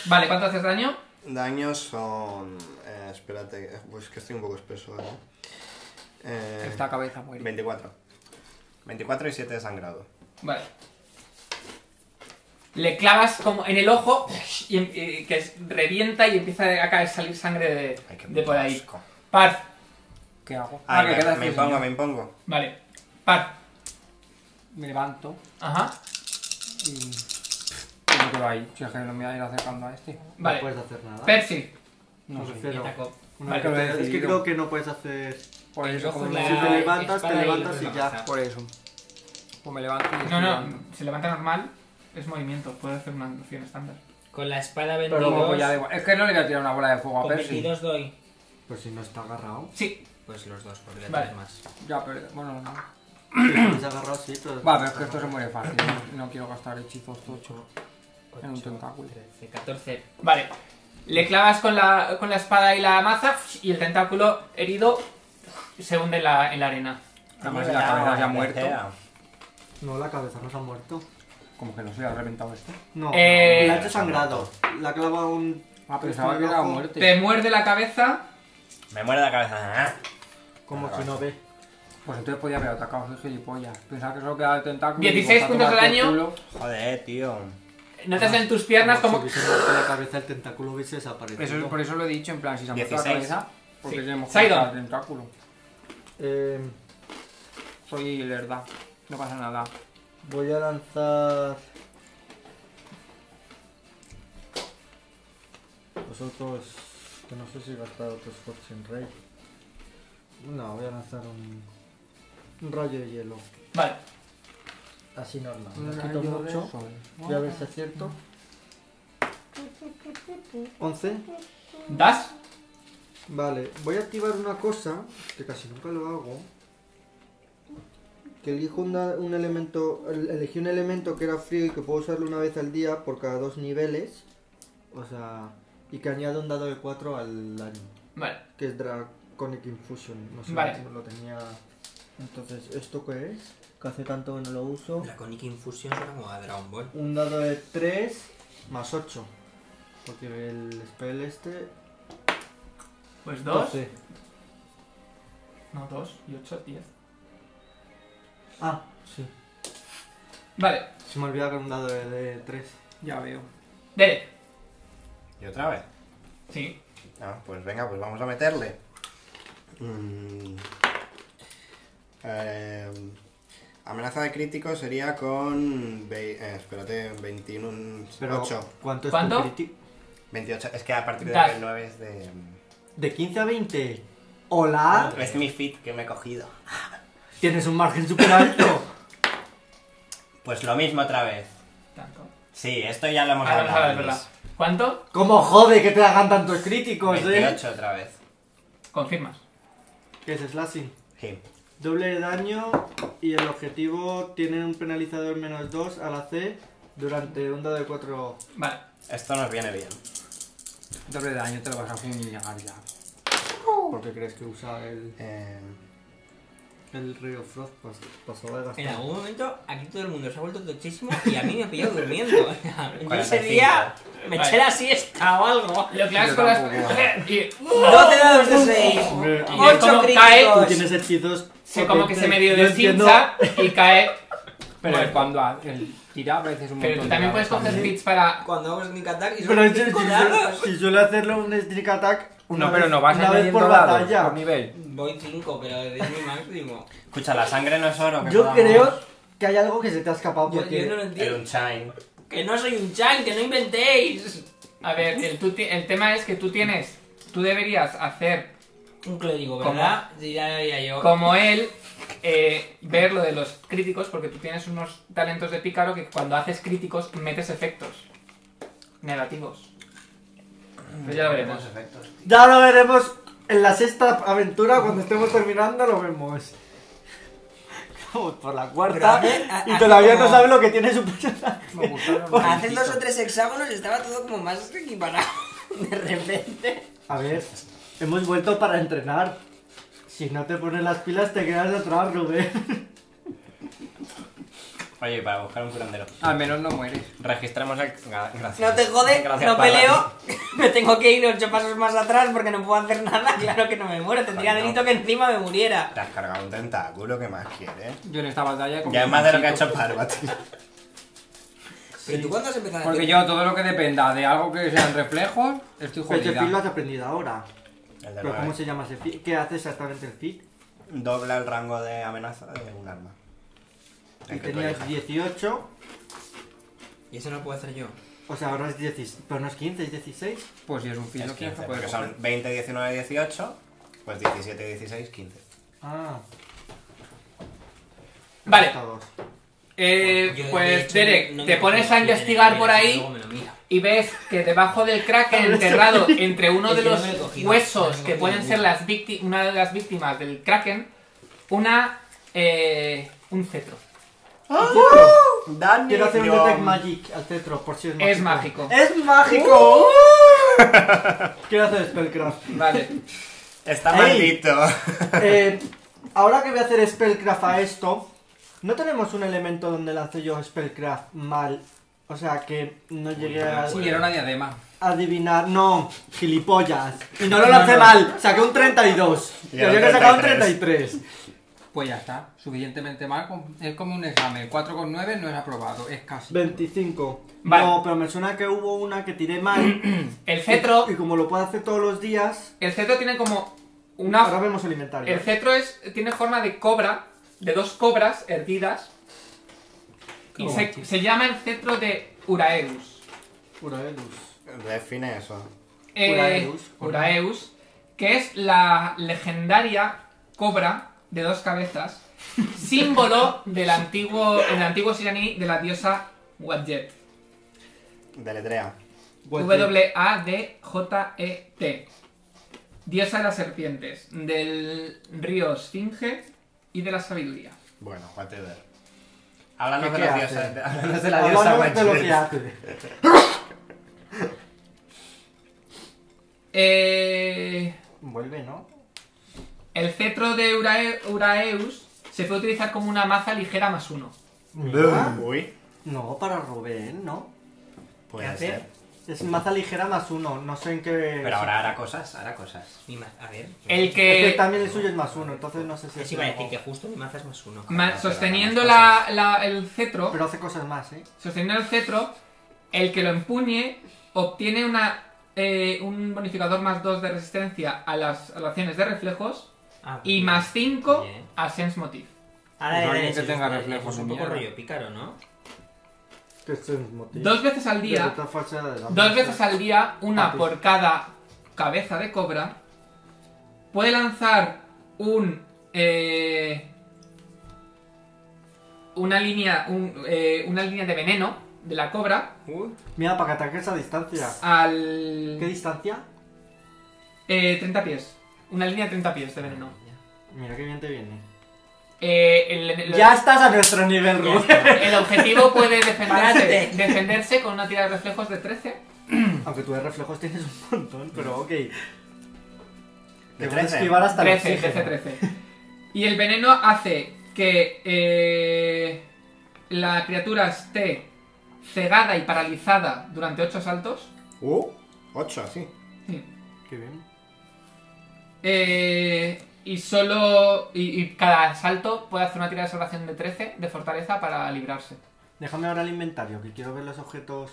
A: Vale, ¿cuánto haces daño?
B: Daños son... eh, espérate, eh, pues que estoy un poco espeso, ¿eh? Eh,
E: Esta cabeza muere.
B: 24. 24 y 7 de sangrado.
A: Vale. Le clavas como en el ojo y, em- y que es- revienta y empieza a caer, salir sangre de,
B: Ay, qué
A: de por ahí.
B: asco.
A: Par.
E: ¿Qué hago?
B: Ah,
E: que
B: me,
E: quedas
B: me
E: sin
B: impongo,
E: señal.
B: me impongo.
A: Vale. Par.
E: Me levanto
A: Ajá.
E: y. y me quedo ahí. Si es que no me voy a ir acercando a este.
A: Vale.
C: No puedes hacer nada.
A: Percy.
E: No
C: Me
E: sé.
C: refiero-
F: Y atacó.
C: Una
A: Vale,
C: vez
E: lo he
C: que te- es que
E: decidido.
C: creo que no puedes hacer...
E: Por eso,
F: Cojo
E: como
F: la
E: me...
C: Si te levantas, te
F: espada y
C: levantas
F: lo
C: y ya.
F: rebaza.
E: Por eso. Pues me levanto y.
A: No,
E: estoy
A: no,
E: andando.
A: se levanta normal. Es movimiento, puede hacer una acción estándar.
F: Con la espada 22.
E: Pero luego ya da igual. Es que no le voy a tirar una bola de fuego a
F: con
E: Percy.
F: 22 doy.
C: Pues si no está agarrado.
A: Sí,
F: Pues los dos, porque le
A: Vale.
F: tienes más.
E: Ya, pero. Bueno, no.
C: Si está agarrado, sí, pero...
E: Va, pero es que esto se muere fácil. No quiero gastar hechizos tocho. En un
F: 8,
E: tentáculo.
F: 13, 14.
A: vale. Le clavas con la, con la espada y la maza y el tentáculo herido se hunde en la, en la arena.
E: Además, si la cabeza ya ha muerto.
B: Tercera.
C: No, la cabeza nos ha muerto.
E: Como que no se le ha reventado este.
C: No,
A: Eh,
C: le ha hecho sangrado. La clava un...
E: Ah,
C: Esto
E: pensaba que era
C: rojo,
A: Te
E: muerte.
A: muerde la cabeza.
B: Me muere la cabeza. Ah,
C: Como si no ve.
E: Pues entonces podía haber atacado, soy gilipollas. Pensaba que solo quedaba el tentáculo. y
A: 16
E: digo,
A: puntos de
E: "Toma,
A: daño".
E: culo".
B: Joder, tío.
A: Notas en tus piernas
C: Como
A: como
C: si hubiese muerto la cabeza, el tentáculo hubiese desaparecido.
E: Eso, es- por eso lo he dicho, en plan, si se ha muerto la
B: 16.
E: cabeza, porque
A: Sí.
E: le hemos
A: Sidon.
E: cortado el tentáculo.
C: Eh,
E: Soy lerda, no pasa nada.
C: voy a lanzar... Vosotros... Que no sé si gastar otros Fortune Ray. No, voy a lanzar un... Un rayo de hielo.
A: Vale,
C: Así normal. No quito mucho. Voy a ver si acierto. 11.
A: das.
C: Vale, voy a activar una cosa que casi nunca lo hago. que elijo una- un elemento, el- elegí un elemento que era frío y que puedo usarlo una vez al día por cada dos niveles,
H: O sea, y que añado un dado de 4 al daño.
A: Vale.
C: que es Draconic Infusion. No sé
A: Vale.
C: cómo lo tenía. Entonces, ¿esto qué es? Que hace tanto que no lo uso.
F: Draconic Infusion suena como a Dragon Ball.
C: Un dado de 3 más 8. Porque el spell este.
A: Pues dos. No, dos y ocho, diez.
H: Ah, sí.
A: Vale.
H: Se me olvidaba que era un dado de, 3.
I: Ya veo.
A: Derek.
B: ¿Y otra vez?
A: Sí.
B: Ah, pues venga, pues vamos a meterle. Mm. Eh, amenaza de crítico sería con. vei- eh, espérate, 21.
H: Pero,
B: 8.
H: ¿cuánto es
A: ¿Cuánto?
H: tu criti-
B: 28. Es que a partir de
A: Das.
B: 9 es de.
H: De 15 a 20.
A: Ah,
H: Hola,
B: Es mi fit que me he cogido.
H: tienes un margen súper alto.
B: Pues lo mismo otra vez.
A: Tanto. Ah,
B: Sí, esto ya lo hemos
A: Ahora vamos a
B: hablado.
A: ver, es verdad. ¿Cuánto?
H: ¿Cómo jode que te hagan tantos críticos,
B: antes.
H: eh?
B: 28 otra vez.
A: Confirmas.
H: ¿Qué es slashing?
B: Sí.
C: Doble de daño y el objetivo tiene un penalizador menos 2 a la C durante un dado de 4.
A: Vale.
B: Esto nos viene bien.
E: Doble daño te lo vas a fumigar ya.
C: ¿Por qué crees que usa el,
B: Eh,
C: el río Frost? Pues pasaba de
F: En
C: gastar.
F: algún momento aquí todo el mundo se ha vuelto tochísimo y a mí me ha pillado durmiendo. O sea, Yo ese
B: 45.
F: día me
A: Vale.
F: eché la siesta o algo.
A: Lo que haces
E: Yo
A: con las. Eh,
E: tampoco.
A: Y. uh,
F: 12 dados de 6.
C: Hombre,
A: Y él
F: 8
A: como cae,
C: Tú
F: críticos.
C: tienes hechizos.
A: Se como que se medio
C: potentes. Yo entiendo-
A: deshincha y cae.
E: Pero
A: Bueno.
E: cuando ha- el tira a veces un
A: Pero
E: montón
A: tú
E: de
A: también
E: dados
A: puedes coger
E: también.
A: hits para.
F: Cuando hago sneak attack y
C: Pero
F: son
C: es- si,
F: 5
C: suele-
F: dados.
C: si suele hacerlo un sneak attack. una
E: No, pero
C: vez-
E: no vas
C: una vez
E: añadiendo
C: por
E: dados,
C: batalla.
E: por nivel.
F: Voy 5, pero es mi máximo.
B: escucha, la sangre no es oro. que
C: Yo
B: podamos-
C: creo que hay algo que se te ha escapado
F: Yo, yo no
C: porque.
F: lo
B: Era
F: entiendo.
B: un shine.
F: Que no soy un chan, que no inventéis.
A: A ver, el, tú ti- el tema es que tú tienes. Tú deberías hacer
F: Un clérigo,
A: ¿Cómo?
F: ¿verdad? Sí, ya lo haría yo.
A: como él. eh, ver lo de los críticos, porque tú tienes unos talentos de pícaro que cuando haces críticos metes efectos negativos. Pero ya lo veremos.
B: efectos.
C: Ya lo veremos en la sexta aventura. Cuando estemos terminando, lo vemos. Vamos por la cuarta.
F: Pero hace-
C: Y
F: hace
C: todavía no
F: como-
C: sabe lo que tiene su personaje.
E: Me gustaron los
F: Hace dos
E: bichitos.
F: o tres hexágonos estaba todo como más equiparado. De repente.
C: A ver, hemos vuelto para entrenar. Si no te pones las pilas, te quedas atrás, Rubén.
B: Oye, para buscar un curandero.
E: Al menos no mueres.
B: Registramos el. gra- Gracias.
F: No te jode,
B: Gracias,
F: no
B: Paula.
F: peleo, me tengo que ir ocho pasos más atrás porque no puedo hacer nada. Claro que no me muero, tendría
B: Ay, no.
F: delito que encima me muriera.
B: Te has cargado un tentáculo, ¿qué más quieres?
E: Yo en esta batalla. he comido
B: Ya es más de lo que ha
E: bichitos.
B: hecho Parvati.
F: ¿Pero tú cuándo has empezado a
E: Porque yo todo lo que dependa de algo que sean reflejos, estoy
C: Pero ese fit Pues lo
E: jodida. eh.
C: has aprendido ahora.
B: El de
C: Pero ¿cómo
B: nueve.
C: se llama ese fit? ¿Qué hace exactamente el fit?
B: Dobla el rango de amenaza de un arma.
C: Y
B: El que tú
C: tenías
B: elijas.
C: 18,
F: Y eso no puedo hacer yo.
C: o sea, ahora es 16. Pero no es 15, es 16.
E: Pues si es un filo,
B: Es 15,
E: que
B: porque
E: puedes
B: son 20, 19, 18, pues 17, 16, 15.
C: Ah,
A: Vale,
C: hasta dos.
A: eh,
F: Yo, de
A: pues
F: hecho,
A: Derek,
F: no- no
A: te
F: me
A: pones
F: acuerdo
A: a
F: quién era,
A: investigar
F: quién
A: por
F: era,
A: ahí.
F: luego me lo mira.
A: y ves que debajo del kraken enterrado entre uno
F: Es
A: de
F: que no
A: los
F: me lo he cogido, no me lo
A: huesos
F: he
A: que
F: cogido
A: pueden ser
F: ninguno.
A: las vícti- una de las víctimas del kraken una eh, un cetro
B: Daniel,
C: Quiero hacer un detect magic al cetro, por si es mágico.
A: es mágico ¡Uh!
C: ¡Es mágico! Quiero hacer spellcraft.
A: vale
B: Está
C: ¡Ey!
B: maldito.
C: Eh, ahora que voy a hacer spellcraft a esto, no tenemos un elemento donde lance yo spellcraft mal. O sea, que no llegué a...
E: Sí, era una diadema.
C: Adivinar, no, gilipollas. Y no lo lancé mal, saqué un 32.
B: Y
C: Y
B: era
C: había que sacar un
B: 33.
C: 33.
E: Pues ya está, suficientemente mal. con- Es como un examen. 4,9 no es aprobado, es casi.
C: 25.
A: Vale.
C: No, pero me suena que hubo una que tiré mal.
A: el cetro
C: Y como lo puedo hacer todos los días,
A: el cetro tiene como
C: ahora
A: una
C: vemos el inventario.
A: el cetro es tiene forma de cobra de dos cobras hervidas y se, se llama el cetro de Uraerus
C: Uraelus.
B: Define eso.
A: Eh,
C: Uraeus.
A: Uraeus, que es la legendaria cobra de dos cabezas, símbolo del antiguo, en el antiguo siraní de la diosa Wadjet.
B: Deletrea.
A: W-A-D-J-E-T. Diosa de las serpientes, del río Esfinge y de la sabiduría.
B: Bueno, whatever. Háblanos de
C: qué
B: los
C: hace?
B: dioses. de- Háblanos de la diosa
C: Hablamos de lo
B: Manchester.
C: que hace.
A: Eh,
C: Vuelve, ¿no?
A: el cetro de Urae- Uraeus se puede utilizar como una maza ligera más uno.
C: Mira.
B: Uy,
C: No, para Rubén, ¿no?
B: puede
F: hace?
B: ser.
C: Es maza ligera más uno, no sé en qué...
F: Pero ahora hará cosas, hará cosas. Mi ma- a ver.
A: El
C: Es
A: que...
C: que también el suyo es más uno, entonces no sé si
F: Eso
C: es...
F: iba a
C: algo.
F: decir que justo mi maza es más uno.
A: ma-
F: Joder,
A: sosteniendo
F: pero hará más
A: la, la- el cetro,
C: Pero hace cosas más, ¿eh?
A: sosteniendo el cetro, el que lo empuñe obtiene una, eh, un bonificador más 2 de resistencia a las a las acciones de reflejos
F: cosas. Ah,
A: y
F: bien.
A: más 5
F: Bien.
A: a Sense Motif.
F: Ahora
E: Pues
F: era
E: alguien que
F: eso,
E: tenga
F: eso,
E: reflejos
F: eso Es un
E: de
F: poco
E: mierda.
F: rollo pícaro, ¿no?
C: Que este es un motivo.
A: Dos veces al
C: De
A: día,
C: otra fase de la
A: dos veces al día, una
C: Papi.
A: por cada cabeza de cobra, puede lanzar un... eh, una línea, un, eh, una línea de veneno de la cobra
C: Mira, para que ataques a distancia.
A: al...
C: ¿Qué distancia?
A: Eh, 30 pies. Una línea de 30 pies de veneno.
C: Mira qué bien te viene.
A: Eh, el, el-
C: Ya estás a nuestro nivel, Rubén.
A: el objetivo puede defenderse,
F: Párate.
A: defenderse con una tira de reflejos de 13.
C: Aunque tú de reflejos tienes un montón, pero ok.
B: De
C: Te van a
B: 13.
C: esquivar hasta el
A: 13,
C: oxígeno.
A: 13, 13. Y el veneno hace que eh, la criatura esté cegada y paralizada durante 8 saltos.
B: Uh, 8, así.
C: Qué bien.
A: Eh, y solo. Y, y cada salto puede hacer una tirada de salvación de 13 de fortaleza para librarse.
C: Déjame ahora el inventario, que quiero ver los objetos.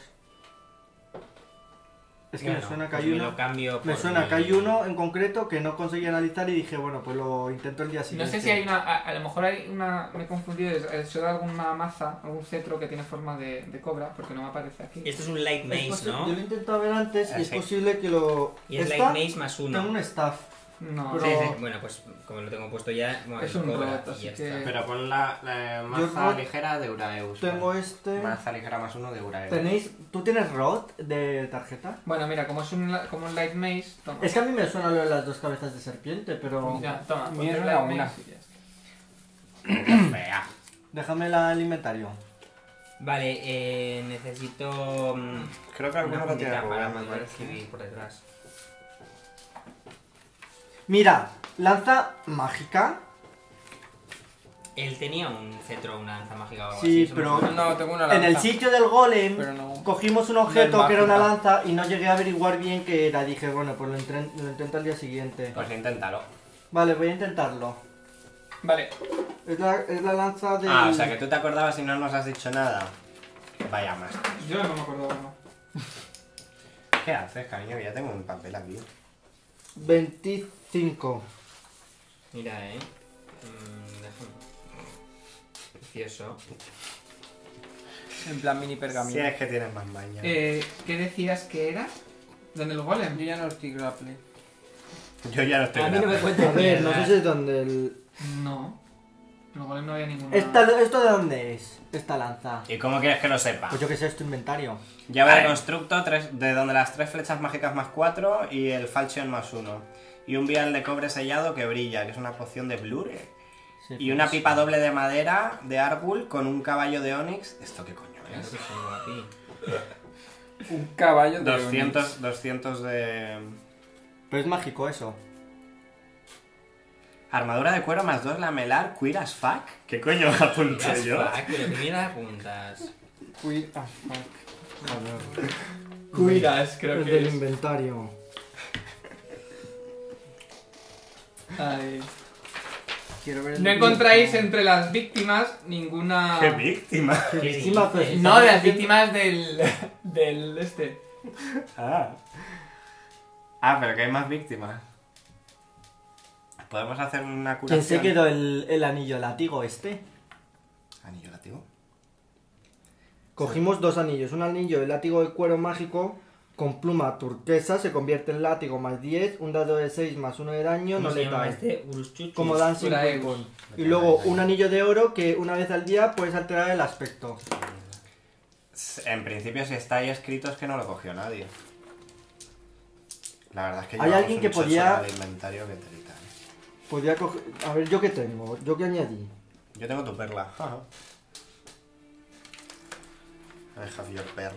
C: Es que me
F: Bueno,
C: suena que
F: pues
C: hay
F: me
C: uno.
F: lo cambio
C: Me
F: por
C: suena
F: mi-
C: que hay uno en concreto que no conseguí analizar y dije, bueno, pues lo intento el día
A: No
C: siguiente.
A: sé si hay una. A, a lo mejor hay una. Me he confundido. es- eh, Será alguna maza, algún cetro que tiene forma de, de cobra, porque no me aparece aquí.
F: Esto es un light
C: Es
F: maze,
C: posi-
F: ¿no?
C: Yo lo he intentado ver antes y es
F: Perfecto.
C: posible que lo.
F: Y es light
C: Esta
F: maze más
C: tengo
F: uno.
C: un staff.
A: No,
F: Sí,
C: pero-
F: sí, Bueno, pues como lo tengo puesto ya, bueno,
A: Es un
F: cobra
A: rot,
F: y
A: así
F: ya
A: que-
F: está.
A: Pero
B: pon la, eh,
C: maza Yo no-
B: ligera de Uraeus.
C: Tengo este.
B: ligera más uno de Uraeus.
C: ¿Tenéis. ¿Tú tienes rod de tarjeta?
A: Bueno, mira, como es un, la- como un light maze, toma.
C: Es que a mí me suena lo de las dos cabezas de serpiente, pero.
A: Ya, toma. ponte
E: Mierda,
A: el light
E: una.
A: maze y ya está.
B: Fea.
C: Déjame la- el inventario.
F: Vale, eh, necesito. mm,
B: Creo que alguno
F: una
B: lo tiene
F: puntita para
B: Rubén, me
F: poder
B: parece.
F: escribir por detrás.
C: Mira, lanza mágica.
F: Él tenía un cetro, una lanza mágica o algo
C: Sí,
F: así. eso me
C: pero-
F: suena.
E: No, tengo una lanza.
C: En el sitio del golem
E: Pero no.
C: cogimos un
E: No
C: objeto
E: es
C: que era una
E: mágica.
C: lanza y no llegué a averiguar bien qué era. Dije, bueno, pues lo, intren- lo intento al día siguiente.
B: Pues inténtalo.
C: Vale, voy a intentarlo.
A: Vale,
C: Es la, es la lanza de...
B: Ah, o sea que tú te acordabas y no nos has dicho nada. Vaya más.
A: yo no me acuerdo. no.
B: ¿Qué haces, cariño? Que ya tengo un papel aquí.
C: Este 25.
F: Mira, eh. Mm, déjame. Precioso.
E: En plan mini
B: Si
E: pergamino.
B: es que tienes más maña.
A: Eh, ¿Qué decías que era? ¿Dónde el
E: Yo
A: golem?
E: ya no estoy grapple.
B: Yo ya no estoy
F: A mí no me
B: grabando.
F: cuentes.
C: A ver, no sé
B: eh.
C: si es donde el...
A: No. El golem no había
B: Ah.
A: ninguna.
C: Esta- ¿Esto de dónde es? Esta lanza.
B: ¿Y cómo quieres que lo sepa?
C: Pues yo que sé, es tu inventario.
B: Llave de constructo, tres- de donde las tres flechas mágicas más cuatro y el falchion más uno. Y un vial de cobre sellado que brilla, que es una poción de blur.
C: Sí,
B: Y una
C: pues.
B: pipa doble de madera de árbol con un caballo de onix. ¿Esto qué coño
F: Mira
B: es?
F: si son guapi.
E: Un caballo de
B: 200, 200 de...
C: Pero es mágico eso.
B: Armadura de cuero más dos lamelar, queer as fuck. ¿Qué coño apunté yo?
F: Ah, pero que mierda apuntas.
E: Onix. Queer as fuck.
C: Joder.
A: Cuidas, creo
C: Es
A: que
C: del
A: es.
C: inventario.
A: Ay.
E: Quiero ver el
A: No
E: dibujo.
A: encontráis entre las víctimas ninguna.
B: ¡Qué víctima!
F: ¿Qué
C: Encima,
F: dices?
C: pues,
A: No, de las víctimas del. del este.
B: Ah. Ah, pero que hay más víctimas. Podemos hacer una curación.
C: ¿Quién se quedó el, el anillo látigo este?
B: Anillo lativo.
C: Cogimos dos anillos. Un anillo de látigo de cuero mágico con pluma turquesa se convierte en látigo más 10, un dado de 6 más 1 de daño,
F: ¿Cómo
C: no
F: se llama
C: letal.
F: este? Uruchuchus.
C: Como Dancing
A: Cura
C: with
A: Eos.
C: Bone. Y luego un anillo de oro que una vez al día puedes alterar el aspecto.
B: En principio, si está ahí escrito, es que no lo cogió nadie. La verdad es que
C: Hay
B: llevamos
C: alguien
B: un
C: que
B: chorro
C: podía-
B: de inventario que te quita, ¿eh?
C: Pues Podría coger... A ver, ¿yo qué tengo? ¿Yo qué añadí?
B: Yo tengo tu perla. Ajá. I have your pearl.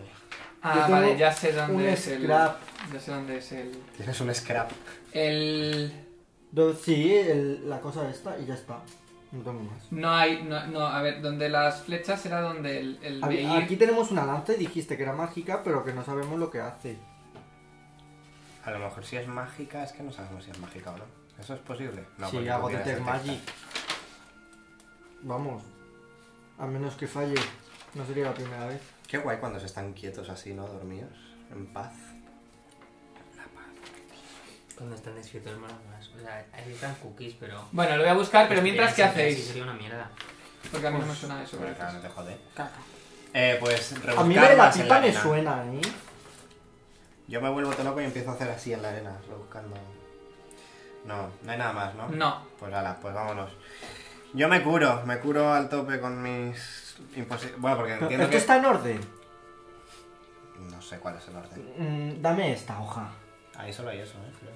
A: Ah,
C: tengo
A: vale, ya sé
C: un
A: dónde es el.
C: scrap.
A: Ya sé dónde es el.
B: Tienes un scrap.
A: El.
C: Do- Sí, el- la cosa esta y ya está. No tengo más.
A: No hay. No, no, a ver, donde las flechas era donde el. el
C: Aquí-
A: Beir-
C: Aquí tenemos una lanza y dijiste que era mágica, pero que no sabemos lo que hace.
B: A lo mejor si es mágica, es que no sabemos si es mágica o no. ¿Eso es posible? No,
C: si
B: porque
C: hago
B: tú tienes
C: Detect
B: detectar.
C: Magic. Vamos. A menos que falle. No sería la primera vez.
B: Qué guay cuando se están quietos así, ¿no? Dormidos. En paz.
F: Cuando están descritos mola más. O sea, editan cookies, pero.
A: Bueno, lo voy a buscar, pero mientras, ¿qué
F: Sería- Pues sí,
A: hacéis?
F: Sería una mierda.
A: Porque a mí no me suena Ah, eso.
B: Bueno,
A: ¿verdad?
B: claro, no te jode. Eh, pues rebuscar
C: A mí la de la
B: más en
C: pipa me
B: arena.
C: suena, ¿eh?
B: Yo me vuelvo todo loco y empiezo a hacer así en la arena, rebuscando. No, no hay nada más, ¿no?
A: No.
B: Pues ala, pues vámonos. Yo me curo, me curo al tope con mis... imposi- Bueno, porque
C: Pero
B: entiendo
C: esto
B: que...
C: está en orden.
B: No sé cuál es el orden.
C: Mm, dame esta hoja.
B: Ahí solo hay eso, ¿eh? Creo.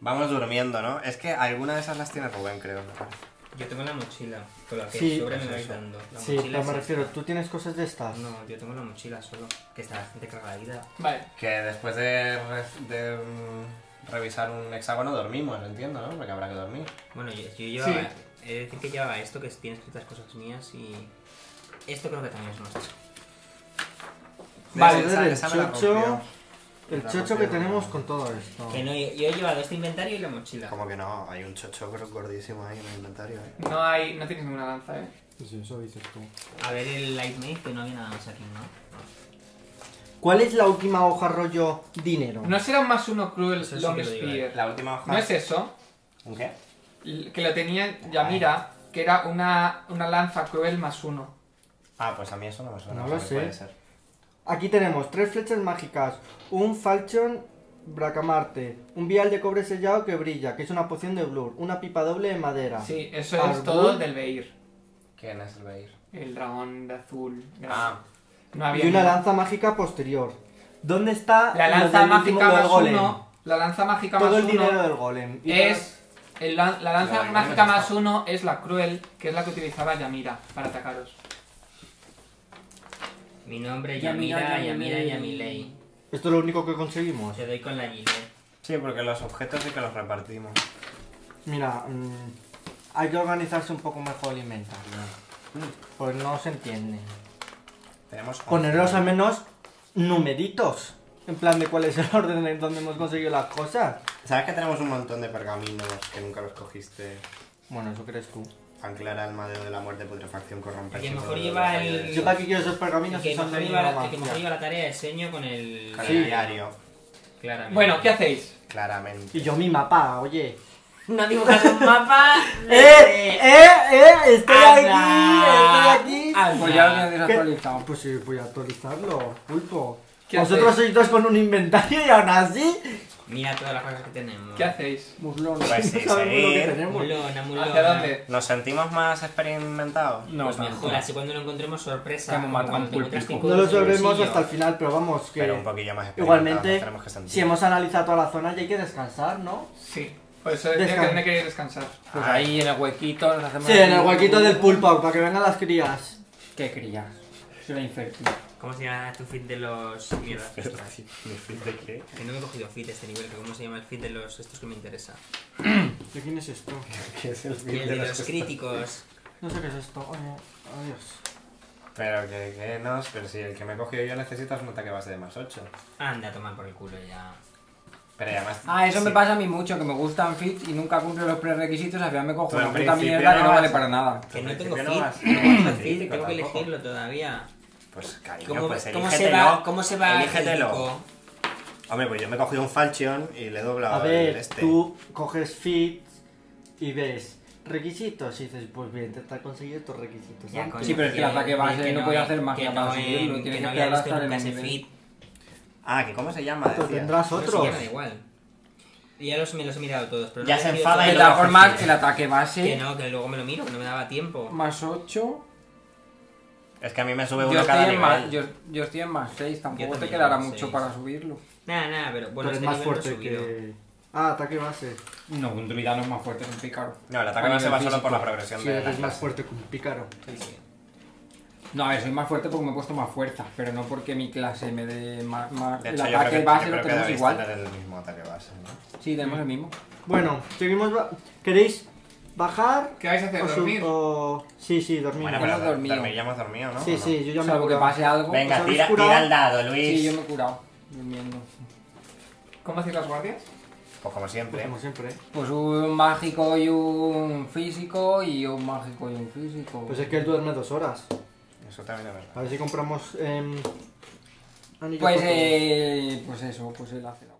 B: Vamos durmiendo, ¿no? Es que alguna de esas las tiene Rubén, creo. me parece.
F: Yo tengo la mochila, con la que
C: Sí,
F: sobre me
B: pues
F: vais
B: eso.
F: dando. La
C: Sí,
F: mochila
C: pero me
F: es
C: refiero,
F: esta.
C: ¿tú tienes cosas de estas?
F: No, yo tengo la mochila solo, que está bastante cargadita.
A: Vale.
B: Que después de, re- de, mm, revisar un hexágono dormimos, entiendo, ¿no? Porque habrá que dormir.
F: Bueno, yo, yo llevaba. He de decir que llevaba esto que tiene escritas cosas mías y. Esto creo que también es nuestro.
A: Vale,
B: Esa-
C: el
B: esa me la
C: chocho-
B: rompió.
C: El
B: La
C: chocho
B: mochila
C: que
B: no.
C: tenemos con todo esto.
F: Que no, yo, yo he llevado este inventario y la mochila.
B: Como que no, hay un chocho gor- gordísimo ahí en el inventario, ¿eh?
A: No hay. No tienes ninguna lanza, eh.
C: Sí, eso dices tú.
F: A ver el light mail, que no había nada más aquí, ¿no?
C: ¿Cuál es la última hoja rollo dinero?
A: No será un más uno cruel
F: Pues Eso sí
A: Long
F: que lo digo, eh.
A: Spear.
B: Eh, La última hoja...
A: No es eso.
B: ¿Un qué?
A: l- Que lo tenía Yamira, que era una, una lanza cruel más uno.
B: Ah, pues a mí eso no me suena.
C: No lo
B: o sea,
C: sé.
B: que puede ser.
C: Aquí tenemos tres flechas mágicas, un falchion bracamarte, un vial de cobre sellado que brilla, que es una poción de blur, una pipa doble de
F: Ah.
C: madera.
A: Sí, eso es
C: Arbul.
A: todo del Beir.
B: ¿Quién es el Beir?
A: El dragón de azul.
B: Ah,
A: no había
C: Y una
A: ni-
C: lanza mágica posterior. ¿Dónde está
A: La
C: lo
A: lanza
C: del último
A: mágica
C: del
A: más
C: golem?
A: uno. La lanza mágica
C: Todo
A: más
C: el dinero
A: uno
C: del golem. Y
A: es. el lan- la lanza
B: La-
A: mágica más uno es la cruel, que es la que utilizaba Yamira para atacaros.
F: Mi nombre,
E: Yamira,
F: Yamira,
E: Yamilei.
F: Yamira, Yamilei.
C: Esto es lo único que conseguimos.
F: Te doy con la Gillette.
B: sí, porque los objetos sí que los repartimos.
C: Mira, mm, hay que organizarse un poco mejor el inventario. Pues no se entiende.
B: Tenemos... once.
C: Poneros al menos numeritos. En plan de cuál es el orden en donde hemos conseguido las cosas.
B: ¿Sabes que tenemos un montón de pergaminos que nunca los cogiste?
C: Bueno, eso crees tú.
B: Anclar al madeo de la muerte, putrefacción, corromper...
F: Y que a lo mejor
B: símbolo de
F: lleva
B: los
F: el-
B: años.
C: Yo para qué quiero esos
F: El
C: pergaminos
F: que
C: si son de
F: mejor
C: mi
F: lleva la- el que mejor
C: mamá.
F: lleva la tarea de diseño con el.
B: Calendario,
F: Claramente.
A: Bueno, ¿qué hacéis?
B: claramente.
C: Y yo mi mapa, oye.
F: No dibujas un mapa.
C: ¡Eh! ¡Eh! ¡Eh! ¡Estoy
F: Anda.
C: aquí! ¡Estoy aquí!
F: ah,
E: Pues ya lo
F: Anda.
E: tienes
C: ¿Qué?
E: actualizado.
C: Pues sí, voy a actualizarlo, pulpo.
A: ¿Qué
C: Vosotros
A: hacéis?
C: sois dos con un inventario y aún así.
F: Mira todas las cosas que tenemos.
A: ¿Qué hacéis?
E: Muslón.
B: Pues sí,
C: no sabemos lo que
B: seguir.
C: tenemos.
F: Mulona, mulona.
A: ¿Hacia dónde?
B: ¿Nos sentimos más experimentados?
E: No,
F: Pues
E: tanto.
F: mejor, así cuando lo encontremos sorpresa.
E: Que hemos matado
F: cuando
E: un
F: te encuentras
E: pulpico.
F: cinco
C: No lo
F: euros en el
C: sabremos
F: bolsillo.
C: hasta el final, pero vamos, que.
B: Pero un poquillo más experimentados. nos
C: Igualmente,
B: tenemos que sentir.
C: si hemos analizado toda la zona, ya hay que descansar, ¿no?
A: Sí. Por eso
C: Descansa.
A: tiene que descansar.
E: Pues ahí en el huequito nos hacemos.
C: Sí, en el huequito del pulpo, para que vengan las crías.
E: ¿Qué crías? Soy una infértil.
F: ¿Cómo se llama tu feed de los. Mierda, ostras,
B: ¿Mi fin de qué?
F: que no me he cogido feed de este nivel, que cómo se llama el feed de los. Estos que me interesa.
C: ¿De quién es esto?
B: ¿Qué es el fin
F: El de los
B: que-
F: críticos.
C: No sé qué es esto. Oye, adiós.
B: Pero que, que no, pero si el que me he cogido yo necesitas un ataque base de más 8.
F: Anda, toma por el culo ya.
B: Pero además...
E: Ah, eso
B: sí.
E: me pasa a mí mucho, que me gustan fits y nunca cumplo los prerequisitos, al final me cojo
B: Pero
E: una
B: en
E: puta
B: principio
E: mierda que
B: no
E: no vale
B: vas-
E: para nada.
F: Que no
B: En
F: tengo
B: principio
F: feed.
B: vas-
F: No
B: no
F: tengo
B: vas
F: feed,
B: crítico
F: tengo que
B: tampoco.
F: elegirlo todavía.
B: Pues cariño,
F: ¿Cómo,
B: pues
F: cómo
B: elígetelo.
F: se va, ¿Cómo se va el
B: Elígetelo.
F: crítico?
B: Hombre, pues yo me he cogido un falchion y le he doblado
C: A
B: el
C: ver,
B: este.
C: tú coges fit y ves requisitos y dices, pues voy a intentar conseguir estos requisitos. Ah,
F: Ya,
C: antes.
F: coño,
E: Sí, pero es que el
F: que-
E: ataque base
F: que
E: no podía hacer magia
F: que
E: para
F: no,
E: subirlo, tiene
F: en- que
E: que
F: no este había visto
E: estar en
F: nunca
E: el
F: ese
E: nivel.
F: feed.
B: Ah, que cómo se llama,
C: Pero
B: decías.
C: tendrás otros.
F: Sí, me da igual. Ya los, me los he mirado todos, pero
B: Ya
F: no
B: se
F: he
B: enfada
F: mirado
B: y
E: De
B: lo
F: todos.
E: todas formas,
B: coges.
E: el ataque
F: Que
E: base
F: no, que luego me lo miro, que no me daba tiempo.
E: más 8.
B: Es que a mí me sube
E: Yo
B: uno
E: estoy,
B: cada
E: en más,
B: nivel.
E: yo, yo estoy en más 6, tampoco te
F: también
E: quedará
F: en
E: mucho
F: seis.
E: para subirlo.
F: Nada, nada, pero
C: Tú
F: bueno,
C: eres
F: este
C: más
F: nivel lo he
C: fuerte
F: subido.
C: que. Ah, ataque base.
E: No, un druida no es más fuerte que un pícaro.
B: No, el ataque
E: A
B: base
E: nivel
B: va solo
E: físico.
B: por la progresión
C: Si
B: de la
C: eres más
B: clase.
C: fuerte que un pícaro.
E: No, a ver, soy más fuerte porque me he puesto más fuerza, pero no porque mi clase me dé más... más-
B: De
E: el
B: hecho, yo
E: ataque
B: creo que,
E: base
B: yo
E: lo
B: creo que Mm.
E: tenemos
B: debéis
E: igual.
B: tener el mismo ataque base, ¿no?
E: Sí, tenemos el mismo.
C: Bueno, seguimos. ba- ¿Queréis bajar?
A: ¿Qué vais a hacer?
C: o sub-
A: ¿Dormir?
C: o- Sí, sí, dormir.
B: Bueno,
E: hemos
B: pero dor-
E: dormido.
B: dormir ya hemos dormido, ¿no? ¿O
C: sí,
B: no?
C: sí, yo ya me he
E: Salvo que
C: curado.
E: pase algo.
C: ¿Os
B: Venga,
C: habéis
B: tira,
C: curado?
B: tira el dado, Luis.
E: Sí, yo me he curado. Durmiendo.
A: ¿Cómo hacéis las guardias?
B: Pues como
C: Pues
B: siempre.
C: como siempre. ¿eh?
E: Pues un mágico y un físico y un mágico y un físico.
C: Pues es que él duerme dos horas.
B: Eso también es verdad.
C: A ver si compramos. em, anillo
E: Pues,
C: por-
E: eh, pues eso, pues él hace la...